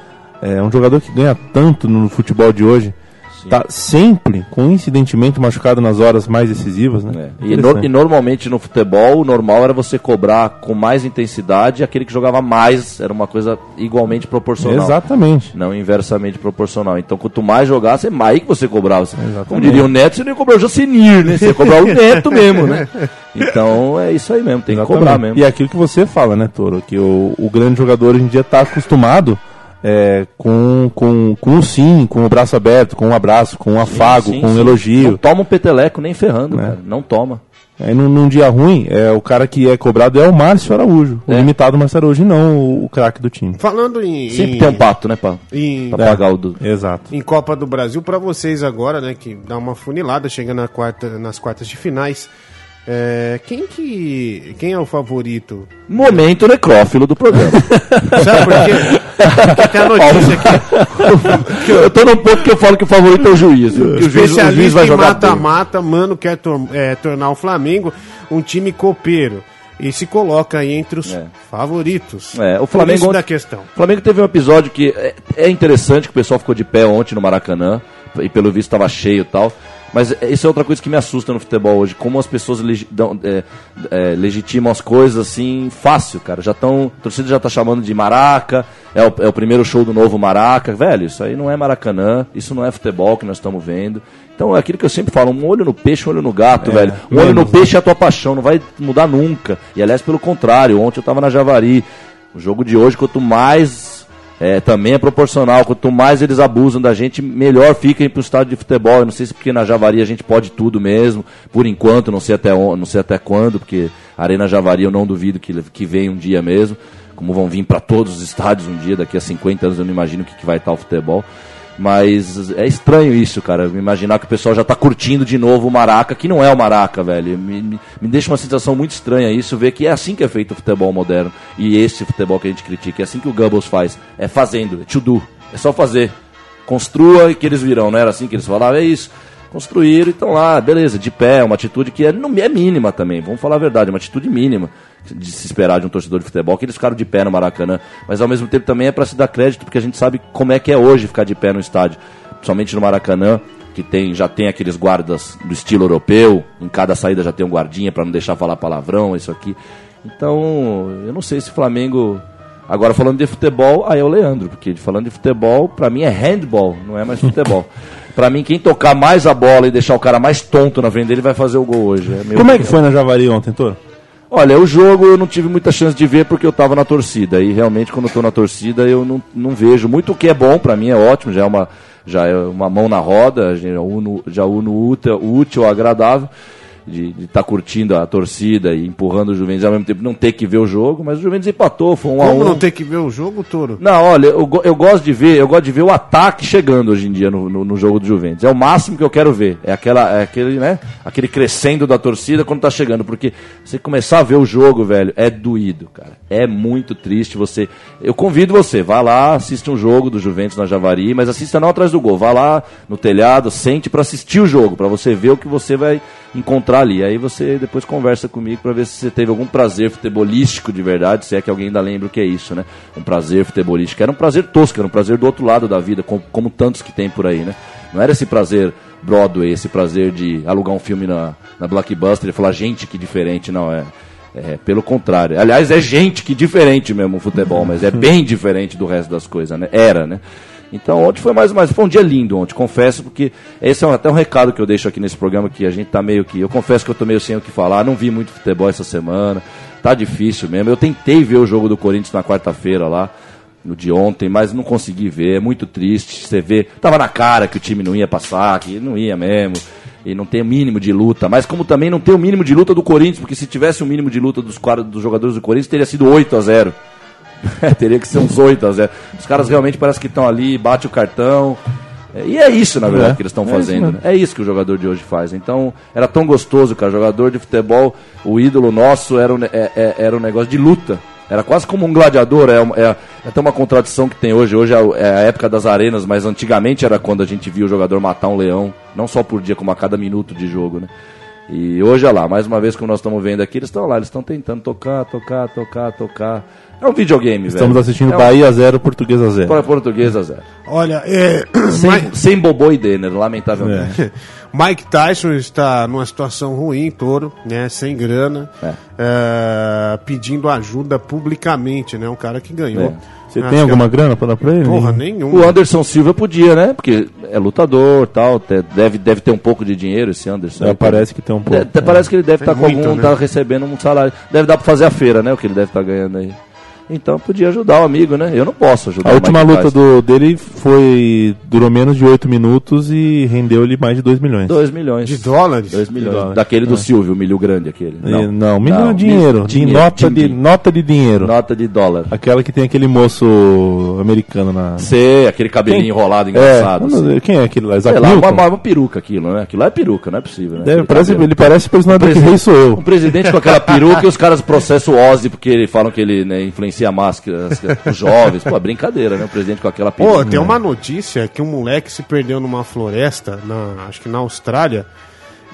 [SPEAKER 2] é um jogador que ganha tanto no futebol de hoje. Tá sempre, coincidentemente, machucado nas horas mais decisivas, né?
[SPEAKER 3] É. E,
[SPEAKER 2] Interessante.
[SPEAKER 3] no- e normalmente no futebol, o normal era você cobrar com mais intensidade aquele que jogava mais, era uma coisa igualmente proporcional.
[SPEAKER 2] Exatamente.
[SPEAKER 3] Não inversamente proporcional. Então, quanto mais jogasse, mais que você cobrava. Você- Como
[SPEAKER 2] Exatamente.
[SPEAKER 3] diria o Neto, você não ia cobrar o Jocenir, né? Você ia cobrar o Neto mesmo, né? Então, é isso aí mesmo, tem que
[SPEAKER 2] Exatamente.
[SPEAKER 3] cobrar mesmo.
[SPEAKER 2] E é aquilo que você fala, né, Toro? Que o, o grande jogador hoje em dia está acostumado é, com, com, com o sim, com o braço aberto, com um abraço, com um afago,
[SPEAKER 3] Sim,
[SPEAKER 2] com um
[SPEAKER 3] sim. Não
[SPEAKER 2] elogio.
[SPEAKER 3] toma um peteleco nem
[SPEAKER 2] Né?
[SPEAKER 3] ferrando, cara. Não toma.
[SPEAKER 2] Aí num, num dia ruim, é, o cara que é cobrado é o Márcio Araújo. O
[SPEAKER 3] É.
[SPEAKER 2] limitado Márcio Araújo e não o, o craque do time. É.
[SPEAKER 1] Falando em.
[SPEAKER 3] Sempre
[SPEAKER 1] em-
[SPEAKER 3] tem um pato, né, pá?
[SPEAKER 1] em-
[SPEAKER 3] Pra pagar o do...
[SPEAKER 2] Exato.
[SPEAKER 1] em Copa do Brasil para vocês agora, né? Que dá uma funilada, chega na quarta, nas quartas de finais. É, quem que quem é o favorito?
[SPEAKER 3] Momento necrófilo do programa.
[SPEAKER 1] Sabe por quê? Porque tem a notícia aqui.
[SPEAKER 3] eu tô num ponto que eu falo que o favorito é o juiz. Que o juiz, o juiz
[SPEAKER 1] Especialista
[SPEAKER 3] vai
[SPEAKER 1] em
[SPEAKER 3] jogar bem.
[SPEAKER 1] mata-mata, mano, quer tor- é, tornar o Flamengo um time copeiro. E se coloca aí entre os
[SPEAKER 3] É.
[SPEAKER 1] favoritos.
[SPEAKER 3] É, o
[SPEAKER 1] Por
[SPEAKER 3] Flamengo
[SPEAKER 1] isso
[SPEAKER 3] ontem-
[SPEAKER 1] da questão.
[SPEAKER 3] O Flamengo teve um episódio que é, é interessante que o pessoal ficou de pé ontem no Maracanã e pelo visto estava cheio e tal. Mas é, isso é outra coisa que me assusta no futebol hoje, como as pessoas legi- dão- é, é, legitimam as coisas assim fácil, cara. Já tão, a torcida já tá chamando de maraca, é o, é o primeiro show do novo maraca, velho. Isso aí não é maracanã, isso não é futebol que nós estamos vendo. Então é aquilo que eu sempre falo, um olho no peixe, um olho no gato, velho. Um olho no peixe é a tua paixão, não vai mudar nunca. E aliás, pelo contrário, ontem eu tava na Javari, o jogo de hoje, quanto mais é, também é proporcional, quanto mais eles abusam da gente, melhor fiquem pro estádio de futebol. Eu não sei se porque na Javari a gente pode tudo mesmo, por enquanto, não sei até, on- não sei até quando, porque a Arena Javari eu não duvido que, que venha um dia mesmo, como vão vir para todos os estádios um dia, daqui a 50 anos eu não imagino o que, que vai estar o futebol. Mas é estranho isso, cara. Imaginar que o pessoal já tá curtindo de novo o Maraca, que não é o Maraca, velho. Me, me, me deixa uma sensação muito estranha isso, ver que é assim que é feito o futebol moderno. E esse futebol que a gente critica, é assim que o Gubbles faz. É fazendo, é to do. É só fazer. Construa e que eles virão, não era assim que eles falavam, é isso. Construíram e estão lá, beleza, de pé, uma atitude que é, não, é mínima também, vamos falar a verdade, é uma atitude mínima de se esperar de um torcedor de futebol, que eles ficaram de pé no Maracanã, mas ao mesmo tempo também é para se dar crédito, porque a gente sabe como é que é hoje ficar de pé no estádio, principalmente no Maracanã, que tem, já tem aqueles guardas do estilo europeu, em cada saída já tem um guardinha para não deixar falar palavrão, isso aqui. Então, eu não sei se o Flamengo. Agora falando de futebol, aí é o Leandro, porque falando de futebol, pra mim é handball, não é mais futebol. pra mim, quem tocar mais a bola e deixar o cara mais tonto na frente dele vai fazer o gol hoje. meu
[SPEAKER 2] Como é que
[SPEAKER 3] Deus.
[SPEAKER 2] foi na Javari ontem, Toro?
[SPEAKER 3] Olha, o jogo eu não tive muita chance de ver porque eu tava na torcida. E realmente, quando eu tô na torcida, eu não, não vejo. Muito o que é bom pra mim, é ótimo, já é uma, já é uma mão na roda, já é uno, já uno útil, útil ao agradável. De estar curtindo a torcida e empurrando o Juventus ao mesmo tempo, não ter que ver o jogo, mas o Juventus empatou, foi um a um.
[SPEAKER 1] Como não ter que ver o jogo, Toro?
[SPEAKER 3] Não, olha, eu, go- eu gosto de ver, eu gosto de ver o ataque chegando hoje em dia no, no- no jogo do Juventus. É o máximo que eu quero ver. É aquela, é aquele, né? Aquele crescendo da torcida quando tá chegando, porque você começar a ver o jogo, velho, é doído, cara. É muito triste você. Eu convido você, vá lá, assiste um jogo do Juventus na Javari, mas assista não atrás do gol, vá lá no telhado, sente pra assistir o jogo, pra você ver o que você vai encontrar ali. Aí você depois conversa comigo pra ver se você teve algum prazer futebolístico de verdade, se é que alguém ainda lembra o que é isso, né? Um prazer futebolístico. Era um prazer tosco, era um prazer do outro lado da vida, como, como tantos que tem por aí, né? Não era esse prazer Broadway, esse prazer de alugar um filme na, na Blockbuster e falar, gente, que diferente, não, é. É, pelo contrário. Aliás, é gente que diferente mesmo o futebol, mas é bem diferente do resto das coisas, né? Era, né? Então ontem foi mais mais foi um dia lindo ontem, confesso, porque esse é um- até um recado que eu deixo aqui nesse programa que a gente tá meio que, eu confesso que eu tô meio sem o que falar, não vi muito futebol essa semana. Tá difícil mesmo. Eu tentei ver o jogo do Corinthians na quarta-feira lá, no de ontem, mas não consegui ver, é muito triste. Você vê, tava na cara que o time não ia passar, que não ia mesmo. E não tem o mínimo de luta, mas como também não tem o mínimo de luta do Corinthians, porque se tivesse o mínimo de luta dos, quadra- dos jogadores do Corinthians, teria sido 8 a 0 é, teria que ser uns 8 a 0. Os caras realmente parece que estão ali, bate o cartão. É, E é isso, na
[SPEAKER 2] É.
[SPEAKER 3] verdade, que eles estão
[SPEAKER 2] É
[SPEAKER 3] fazendo.
[SPEAKER 2] isso
[SPEAKER 3] né? É isso que o jogador de hoje faz. Então, era tão gostoso, cara. Jogador de futebol, o ídolo nosso era um, ne- é- é- era um negócio de luta. Era quase como um gladiador. É, uma- é- é até uma contradição que tem hoje. Hoje é o- é a época das arenas, mas antigamente era quando a gente via o jogador matar um leão. Não só por dia, como a cada minuto de jogo, né? E hoje, olha lá, mais uma vez, como nós estamos vendo aqui, eles estão lá, eles estão tentando tocar, tocar, tocar, tocar. É um videogame, velho.
[SPEAKER 2] Estamos assistindo
[SPEAKER 3] é
[SPEAKER 2] Bahia 0, Portuguesa 0.
[SPEAKER 3] Para portuguesa, Zé.
[SPEAKER 1] Olha, é,
[SPEAKER 3] Sem, sem Bobô e Denner,
[SPEAKER 2] É.
[SPEAKER 3] lamentavelmente.
[SPEAKER 1] Mike Tyson está numa situação ruim, touro, né? Sem grana, eh, pedindo ajuda publicamente, né? Um cara que ganhou.
[SPEAKER 2] Você
[SPEAKER 1] Acho
[SPEAKER 2] tem
[SPEAKER 1] que
[SPEAKER 3] é um-
[SPEAKER 2] alguma grana pra dar pra ele?
[SPEAKER 1] é... porra
[SPEAKER 2] Ninguém?
[SPEAKER 1] nenhuma?
[SPEAKER 3] O Anderson Silva podia, né? Porque é lutador tal, te- deve, deve ter um pouco de dinheiro esse Anderson.
[SPEAKER 2] É,
[SPEAKER 3] Ele
[SPEAKER 2] parece que tem um
[SPEAKER 3] Deve-
[SPEAKER 2] pouco.
[SPEAKER 3] até tá, parece que ele deve
[SPEAKER 1] Tem
[SPEAKER 3] estar com
[SPEAKER 1] muito,
[SPEAKER 3] algum,
[SPEAKER 1] né?
[SPEAKER 3] tá recebendo um salário. Deve dar pra fazer a feira, né? O que ele deve estar ganhando aí. Então podia ajudar o amigo, né? Eu não posso ajudar
[SPEAKER 2] A
[SPEAKER 3] o
[SPEAKER 2] última
[SPEAKER 3] Mike
[SPEAKER 2] luta
[SPEAKER 3] Tyson.
[SPEAKER 2] do, dele foi. durou menos de 8 minutos e rendeu-lhe mais de 2 milhões.
[SPEAKER 3] 2 milhões.
[SPEAKER 1] De dólares?
[SPEAKER 3] 2 milhões.
[SPEAKER 2] dólares.
[SPEAKER 3] Daquele do Silvio, o milho grande aquele.
[SPEAKER 2] É. E- Não, milhão
[SPEAKER 3] Não,
[SPEAKER 2] é dinheiro.
[SPEAKER 3] mis-
[SPEAKER 2] de nota, de,
[SPEAKER 3] din-din.
[SPEAKER 2] nota de dinheiro.
[SPEAKER 3] Nota de dólar.
[SPEAKER 2] Aquela que tem aquele moço americano na.
[SPEAKER 3] Você, aquele cabelinho
[SPEAKER 2] Quem-
[SPEAKER 3] enrolado,
[SPEAKER 2] É,
[SPEAKER 3] engraçado.
[SPEAKER 2] eu não
[SPEAKER 3] assim.
[SPEAKER 2] sei, quem é aquele
[SPEAKER 1] Tá
[SPEAKER 2] lá? Isaac
[SPEAKER 3] Sei lá, uma,
[SPEAKER 2] Newton?
[SPEAKER 3] uma- uma peruca aquilo, né? Aquilo lá é peruca, não é possível, né?
[SPEAKER 2] Deve-
[SPEAKER 3] Aquele
[SPEAKER 2] parece,
[SPEAKER 3] cabelo.
[SPEAKER 2] ele parece o personagem do Rei Sou
[SPEAKER 3] Um
[SPEAKER 2] Eu.
[SPEAKER 3] presidente com aquela peruca e os caras processam o Ozzy porque ele falam que ele né, influencia a máscara, as- os jovens. Pô, é brincadeira, né? O presidente com aquela
[SPEAKER 1] Pô,
[SPEAKER 3] peruca.
[SPEAKER 1] tem uma notícia que um moleque se perdeu numa floresta, na, acho que na Austrália,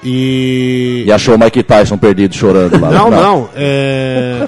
[SPEAKER 1] e...
[SPEAKER 3] E achou o Mike Tyson perdido chorando lá.
[SPEAKER 1] um- Não, não. é,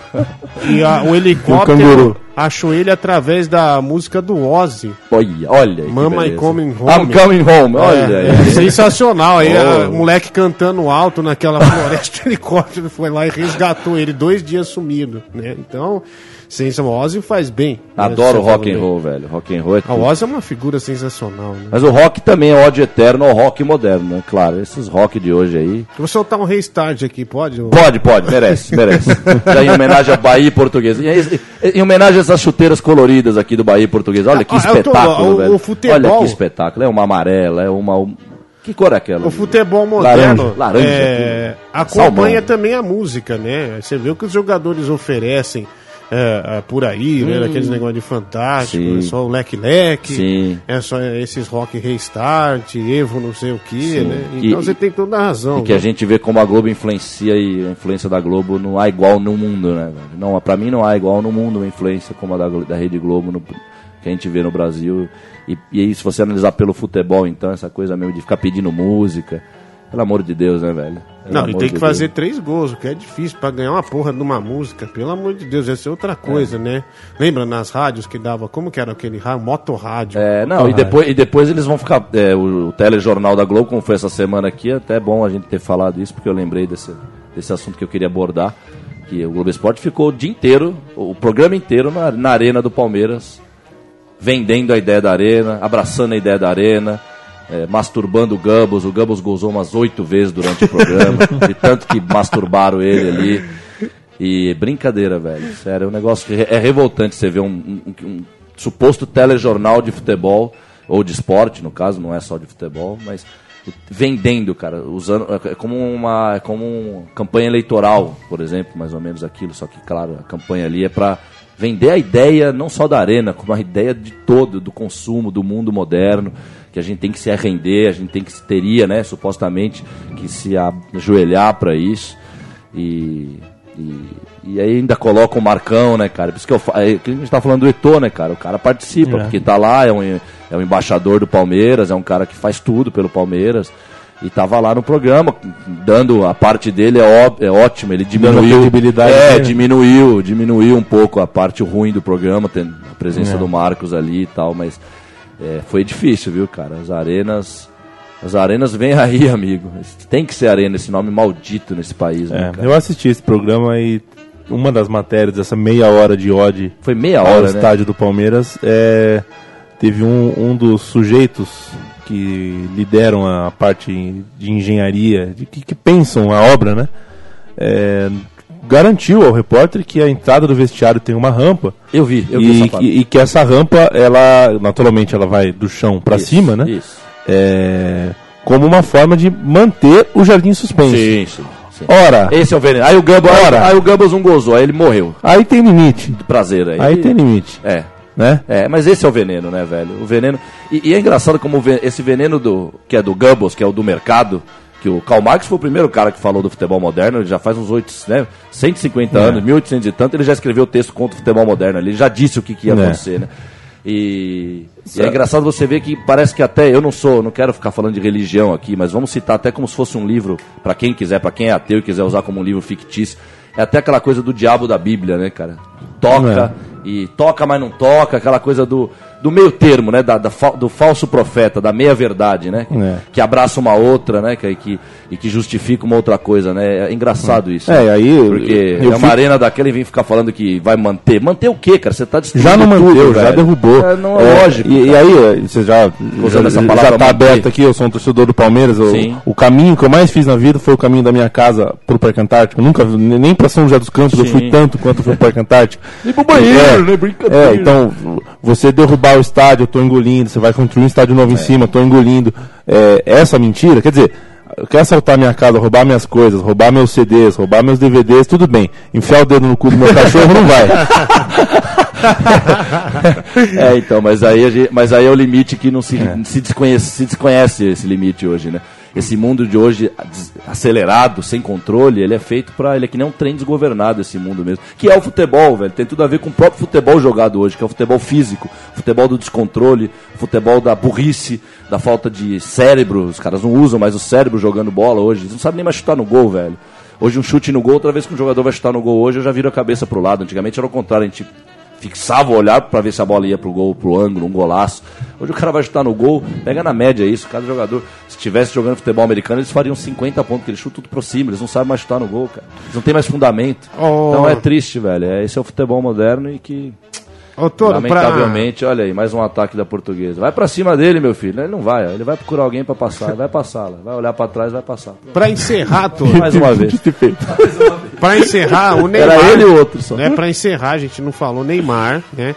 [SPEAKER 1] E a- o helicóptero
[SPEAKER 2] canguru.
[SPEAKER 1] achou ele através da música do Ozzy.
[SPEAKER 3] Olha, olha. aí que
[SPEAKER 1] Mama,
[SPEAKER 3] beleza.
[SPEAKER 1] I'm coming
[SPEAKER 3] I'm
[SPEAKER 1] home.
[SPEAKER 3] coming home. Olha
[SPEAKER 1] É,
[SPEAKER 3] aí.
[SPEAKER 1] é sensacional. Aí
[SPEAKER 3] Oh.
[SPEAKER 1] a- o moleque cantando alto naquela floresta, o helicóptero foi lá e resgatou ele dois dias sumido, né? Então, sensacional. O Ozzy faz bem. né?
[SPEAKER 3] Adoro
[SPEAKER 1] Você
[SPEAKER 3] rock and
[SPEAKER 1] falou
[SPEAKER 3] roll, velho. Rock and roll é
[SPEAKER 1] bem. Ah,
[SPEAKER 3] tudo.
[SPEAKER 1] O Ozzy é uma figura sensacional, né?
[SPEAKER 3] Mas o rock também é ódio eterno ao rock moderno, né? Claro, esses rock de hoje aí.
[SPEAKER 1] Eu vou soltar um restart aqui, pode? ô?
[SPEAKER 3] Pode, pode, merece, merece. Já em homenagem ao Bahia e Português. E aí, Em homenagem a essas chuteiras coloridas aqui do Bahia e Português. Olha que
[SPEAKER 1] Ah, eu tô-
[SPEAKER 3] espetáculo,
[SPEAKER 1] o-
[SPEAKER 3] velho.
[SPEAKER 1] o futebol-
[SPEAKER 3] Olha que espetáculo. É uma amarela, é uma. um- Que cor é aquela?
[SPEAKER 1] O futebol moderno
[SPEAKER 3] Laranja, laranja,
[SPEAKER 1] é, acompanha também a música, né? Você vê o que os jogadores oferecem é, é, por aí, né? Aqueles negócios de fantástico,
[SPEAKER 3] Hum. Sim.
[SPEAKER 1] é só o leque-leque,
[SPEAKER 3] Sim.
[SPEAKER 1] é só esses rock restart, Evo não sei o que,
[SPEAKER 3] Sim.
[SPEAKER 1] né?
[SPEAKER 3] E-
[SPEAKER 1] Então você tem toda a razão.
[SPEAKER 3] E que a
[SPEAKER 1] né?
[SPEAKER 3] gente vê como a Globo influencia e a influência da Globo não há igual no mundo, né, velho? Não, pra mim não há igual no mundo uma influência como a da, Glo- da Rede Globo no- que a gente vê no Brasil. E, e aí, se você analisar pelo futebol, então, essa coisa mesmo de ficar pedindo música. Pelo amor de Deus, né, velho? Pelo
[SPEAKER 1] Não, e
[SPEAKER 3] amor
[SPEAKER 1] tem
[SPEAKER 3] de
[SPEAKER 1] que
[SPEAKER 3] Deus.
[SPEAKER 1] fazer três gols, o que é difícil pra ganhar uma porra de uma música. Pelo amor de Deus, essa é outra coisa, né? Lembra nas rádios que dava, como que era aquele rádio? Motorrádio.
[SPEAKER 3] É, não, e depois, e depois eles vão ficar. é, o, o telejornal da Globo, como foi essa semana aqui, até é bom a gente ter falado isso, porque eu lembrei desse, desse assunto que eu queria abordar. Que o Globo Esporte ficou o dia inteiro, o o programa inteiro, na, na Arena do Palmeiras, vendendo a ideia da Arena, abraçando a ideia da Arena, é, masturbando o Gambos. O Gambos gozou umas oito vezes durante o programa, de tanto que masturbaram ele ali. E brincadeira, velho. Sério, é um negócio que é revoltante você ver um, um- um- um suposto telejornal de futebol, ou de esporte, no caso, não é só de futebol, mas vendendo, cara, usando é como uma é como uma campanha eleitoral, por exemplo, mais ou menos aquilo, só que claro, a campanha ali é pra vender a ideia não só da arena, como a ideia de todo do consumo do mundo moderno, que a gente tem que se arrender, a gente tem que se teria, né, supostamente que se ajoelhar pra isso. E, e, e aí ainda coloca o Marcão, né, cara? Por isso que, eu, fa- é que a gente tá falando do Eto'o, né, cara? O cara participa, porque tá lá, é um, é um embaixador do Palmeiras, é um cara que faz tudo pelo Palmeiras. E tava lá no programa, dando a parte dele, é, ó- é ótimo, ele diminuiu.
[SPEAKER 2] credibilidade
[SPEAKER 3] é,
[SPEAKER 2] dele. né?
[SPEAKER 3] diminuiu, diminuiu um pouco a parte ruim do programa, tendo a
[SPEAKER 2] É.
[SPEAKER 3] presença do Marcos ali e tal, mas é, foi difícil, viu, cara? As arenas. As arenas vêm aí, amigo. Tem que ser arena, esse nome maldito nesse país, né,
[SPEAKER 2] É,
[SPEAKER 3] cara?
[SPEAKER 2] eu assisti esse programa e uma das matérias dessa meia hora de ódio
[SPEAKER 3] Foi meia
[SPEAKER 2] ao
[SPEAKER 3] hora, né?
[SPEAKER 2] estádio do Palmeiras é, teve um, um dos sujeitos que lideram a parte de engenharia, de que, que pensam a obra, né? É, garantiu ao repórter que a entrada do vestiário tem uma rampa
[SPEAKER 3] Eu vi, eu vi
[SPEAKER 2] e,
[SPEAKER 3] essa parte.
[SPEAKER 2] e- e que essa rampa, ela naturalmente, ela vai do chão pra
[SPEAKER 3] Isso,
[SPEAKER 2] cima, né?
[SPEAKER 3] Isso.
[SPEAKER 2] É, como uma forma de manter o jardim suspenso.
[SPEAKER 3] Sim, sim. sim.
[SPEAKER 2] Ora,
[SPEAKER 3] Esse é o veneno. Aí o Gambas,
[SPEAKER 2] Ora.
[SPEAKER 3] aí o Gambas não gozou, aí ele morreu.
[SPEAKER 2] aí tem limite.
[SPEAKER 3] Prazer aí.
[SPEAKER 2] Aí tem limite,
[SPEAKER 3] É.
[SPEAKER 2] né?
[SPEAKER 3] É, mas esse é o veneno, né, velho? O veneno. E, e é engraçado como o ve- esse veneno do que é do Gambos, que é o do mercado, que o Karl Marx foi o primeiro cara que falou do futebol moderno, ele já faz uns 8, né, 150 anos, 1800 e tanto, ele já escreveu o texto contra o futebol moderno, ele já disse o que, que
[SPEAKER 2] É.
[SPEAKER 3] ia acontecer, né? E, e é engraçado você ver que parece que até eu não sou, não quero ficar falando de religião aqui, mas vamos citar até como se fosse um livro pra quem quiser, pra quem é ateu e quiser usar como um livro fictício. É até aquela coisa do diabo da Bíblia, né, cara? Toca, e toca, mas não toca, aquela coisa do, do meio termo, né? Da, da fa- do falso profeta, da meia verdade, né?
[SPEAKER 2] É.
[SPEAKER 3] Que abraça uma outra, né? Que, que, e que justifica uma outra coisa, né? É engraçado isso.
[SPEAKER 2] É,
[SPEAKER 3] né?
[SPEAKER 2] aí eu-
[SPEAKER 3] Porque
[SPEAKER 2] eu
[SPEAKER 3] é uma
[SPEAKER 2] fui-
[SPEAKER 3] arena daquela e vem ficar falando que vai manter. Manter o quê, cara? Você tá destruindo.
[SPEAKER 2] Já não
[SPEAKER 3] tudo,
[SPEAKER 2] manteu, já
[SPEAKER 3] velho.
[SPEAKER 2] derrubou.
[SPEAKER 3] É, não é, lógico.
[SPEAKER 2] E, e
[SPEAKER 3] cara.
[SPEAKER 2] aí, você já,
[SPEAKER 3] Usando
[SPEAKER 2] já,
[SPEAKER 3] essa
[SPEAKER 2] já
[SPEAKER 3] palavra
[SPEAKER 2] tá
[SPEAKER 3] manter.
[SPEAKER 2] aberto aqui, eu sou um torcedor do Palmeiras. eu-
[SPEAKER 3] Sim.
[SPEAKER 2] o caminho que eu mais fiz na vida foi o caminho da minha casa pro Parque Antártico. Nunca, nem pra São José dos Campos eu
[SPEAKER 3] Sim.
[SPEAKER 2] fui tanto quanto eu fui pro Parque Antártico.
[SPEAKER 3] Nem pro banheiro,
[SPEAKER 2] é,
[SPEAKER 3] né? Brincadeira.
[SPEAKER 2] É, então, você derrubar o estádio, eu tô engolindo. Você vai construir um estádio novo em cima, eu tô engolindo. É, essa mentira, quer dizer... Quer assaltar minha casa, roubar minhas coisas, roubar meus CDs, roubar meus DVDs, tudo bem. Enfiar o dedo no cu do meu cachorro não vai.
[SPEAKER 3] É, então, mas aí, a gente- mas aí é o limite que não se, se, desconhece, se desconhece esse limite hoje, né? Esse mundo de hoje des- acelerado, sem controle, ele é feito pra. Ele é que nem um trem desgovernado, esse mundo mesmo. Que é o futebol, velho. Tem tudo a ver com o próprio futebol jogado hoje, que é o futebol físico, futebol do descontrole, futebol da burrice, da falta de cérebro. Os caras não usam mais o cérebro jogando bola hoje. Eles não sabem nem mais chutar no gol, velho. Hoje um chute no gol, outra vez que um jogador vai chutar no gol hoje, eu já viro a cabeça pro lado. Antigamente era o contrário, a gente fixava o olhar pra ver se a bola ia pro gol, pro ângulo, um golaço. Hoje o cara vai chutar no gol, pega na média isso, cada jogador. Se estivesse jogando futebol americano, eles fariam 50 pontos, que eles chutam tudo pro cima, eles não sabem mais chutar no gol, cara. Eles não tem mais fundamento.
[SPEAKER 1] Oh.
[SPEAKER 3] Então é triste, velho. É, Esse é o futebol moderno e que,
[SPEAKER 1] Ô, Toro, pra...
[SPEAKER 3] lamentavelmente, olha aí, mais um ataque da portuguesa. Vai pra cima dele, meu filho. Ele não vai, ó. ele vai procurar alguém pra passar, ele vai passar lá. Vai olhar pra trás, vai passar.
[SPEAKER 1] pra encerrar, Toro,
[SPEAKER 3] Mais uma vez.
[SPEAKER 1] pra encerrar, o Neymar...
[SPEAKER 3] Era ele e o outro só.
[SPEAKER 1] né? Para encerrar, a gente não falou Neymar, né?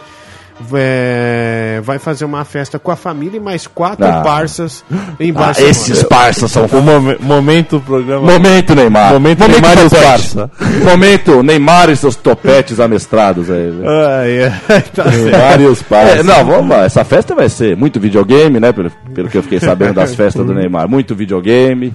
[SPEAKER 1] É, vai fazer uma festa com a família e mais quatro
[SPEAKER 3] Ah.
[SPEAKER 1] parças em
[SPEAKER 3] Ah,
[SPEAKER 1] Barcelona.
[SPEAKER 3] esses parças são
[SPEAKER 2] O mome- momento do programa.
[SPEAKER 3] Momento Neymar.
[SPEAKER 2] Momento Neymar e Barça.
[SPEAKER 3] Momento Neymar e seus topetes amestrados aí. velho.
[SPEAKER 1] Ah, é. Tá certo.
[SPEAKER 2] Vários pais.
[SPEAKER 3] É, não, vamos lá. Essa festa vai ser muito videogame, né? Pelo, pelo que eu fiquei sabendo das festas do Neymar. Muito videogame,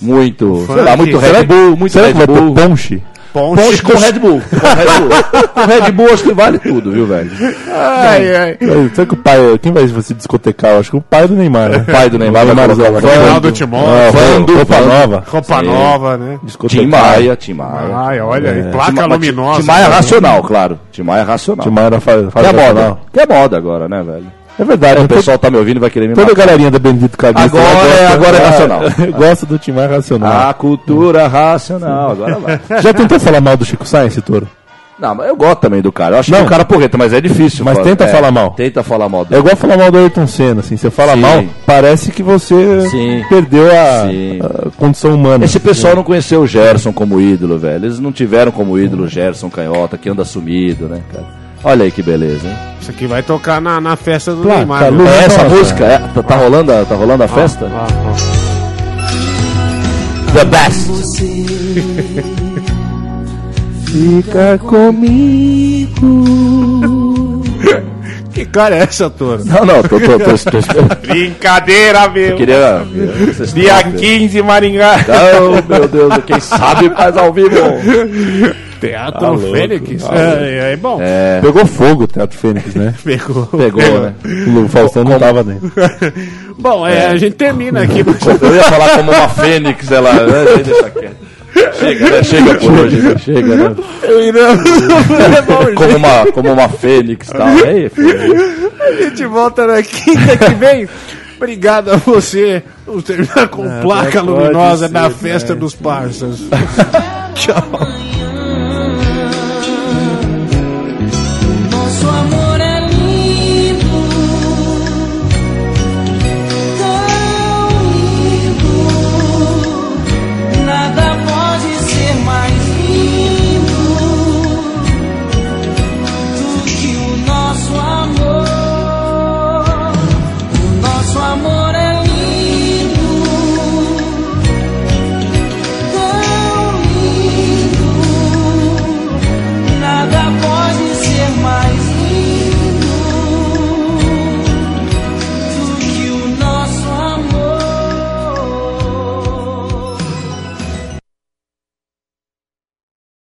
[SPEAKER 3] muito, sei lá, muito
[SPEAKER 1] Será
[SPEAKER 3] Red Bull, muito
[SPEAKER 2] Será
[SPEAKER 3] Red
[SPEAKER 2] que vai ter
[SPEAKER 3] Bull.
[SPEAKER 2] ponche?
[SPEAKER 1] Ponte.
[SPEAKER 3] Ponte com Red Bull. Com Red Bull. com Red Bull acho que vale tudo, viu, velho?
[SPEAKER 1] Ai, ai.
[SPEAKER 2] Será que o pai. Quem vai se discotecar? Eu Acho que o pai do Neymar. né?
[SPEAKER 3] O pai do Neymar vai
[SPEAKER 2] Neymar,
[SPEAKER 3] colocar
[SPEAKER 2] vai
[SPEAKER 3] o
[SPEAKER 2] colocar
[SPEAKER 3] Vando,
[SPEAKER 1] Ronaldo Timóteo,
[SPEAKER 2] Ah,
[SPEAKER 3] Vando,
[SPEAKER 2] Roupa
[SPEAKER 3] Vando.
[SPEAKER 2] nova.
[SPEAKER 1] roupa
[SPEAKER 3] Sim.
[SPEAKER 1] nova, né?
[SPEAKER 3] Tim Maia, Tim
[SPEAKER 2] é
[SPEAKER 3] Maia.
[SPEAKER 1] Ai, olha aí,
[SPEAKER 3] Tim
[SPEAKER 1] placa
[SPEAKER 3] Ma-
[SPEAKER 1] luminosa. né?
[SPEAKER 3] Tim Maia é racional, claro. Tim Maia é racional.
[SPEAKER 2] né? Tim Maia era fa-
[SPEAKER 3] Que
[SPEAKER 2] fase
[SPEAKER 3] é moda.
[SPEAKER 2] nacional.
[SPEAKER 3] Que é moda agora, né, velho?
[SPEAKER 2] É verdade.
[SPEAKER 3] O
[SPEAKER 2] né?
[SPEAKER 3] pessoal tá me ouvindo e vai querer me
[SPEAKER 2] Toda a
[SPEAKER 3] matar.
[SPEAKER 2] galerinha da Bendito Cabeça.
[SPEAKER 3] Agora é- agora é racional.
[SPEAKER 2] Gosta do Timar Racional.
[SPEAKER 3] A cultura racional, agora vai.
[SPEAKER 2] Já tentou falar mal do Chico Sainz, Toro?
[SPEAKER 3] Não, mas eu gosto também do cara. Eu acho que
[SPEAKER 2] Não.
[SPEAKER 3] o cara é porreta, mas é difícil.
[SPEAKER 2] Mas
[SPEAKER 3] foda.
[SPEAKER 2] tenta
[SPEAKER 3] É,
[SPEAKER 2] falar mal.
[SPEAKER 3] Tenta falar mal
[SPEAKER 2] É
[SPEAKER 3] dele.
[SPEAKER 2] igual falar mal do Ayrton Senna, assim. Você fala
[SPEAKER 3] Sim.
[SPEAKER 2] mal, parece que você
[SPEAKER 3] Sim.
[SPEAKER 2] perdeu
[SPEAKER 3] Sim.
[SPEAKER 2] a, a condição humana.
[SPEAKER 3] Esse pessoal não conheceu o Gerson como ídolo, velho. Eles não tiveram como ídolo o Gerson Canhota, que anda sumido, né, cara? Olha aí que beleza, hein?
[SPEAKER 1] Isso aqui vai tocar na, na festa do
[SPEAKER 2] Placa
[SPEAKER 1] Neymar. viu?
[SPEAKER 2] luminosa.
[SPEAKER 3] É essa
[SPEAKER 2] Nossa.
[SPEAKER 3] música? É, tá, tá rolando a, tá rolando a festa?
[SPEAKER 1] Ah, ah.
[SPEAKER 3] The Best!
[SPEAKER 2] Fica comigo.
[SPEAKER 1] Que cara é essa, Toro?
[SPEAKER 3] Não, não, tô, tô, tô, tô, tô-
[SPEAKER 1] Brincadeira, meu.
[SPEAKER 3] queria...
[SPEAKER 1] Dia 15, Maringá.
[SPEAKER 3] Não, meu Deus, quem sabe faz ao vivo.
[SPEAKER 1] Teatro
[SPEAKER 3] Tá
[SPEAKER 1] Fênix. é, é bom.
[SPEAKER 3] É,
[SPEAKER 2] Pegou fogo o Teatro Fênix, né?
[SPEAKER 1] Pegou.
[SPEAKER 3] pegou, né?
[SPEAKER 2] O Faustão não tava dentro.
[SPEAKER 1] Bom, é, a gente termina aqui. mas-
[SPEAKER 3] Eu ia falar como uma fênix, ela. né? Deixa quieto. Chega, né? Chega por hoje, né? Chega, né? como, uma, como uma fênix e tal. É isso.
[SPEAKER 1] gente volta na quinta que vem. Obrigado a você. Vamos terminar com placa luminosa da festa dos parças. Tchau.
[SPEAKER 4] you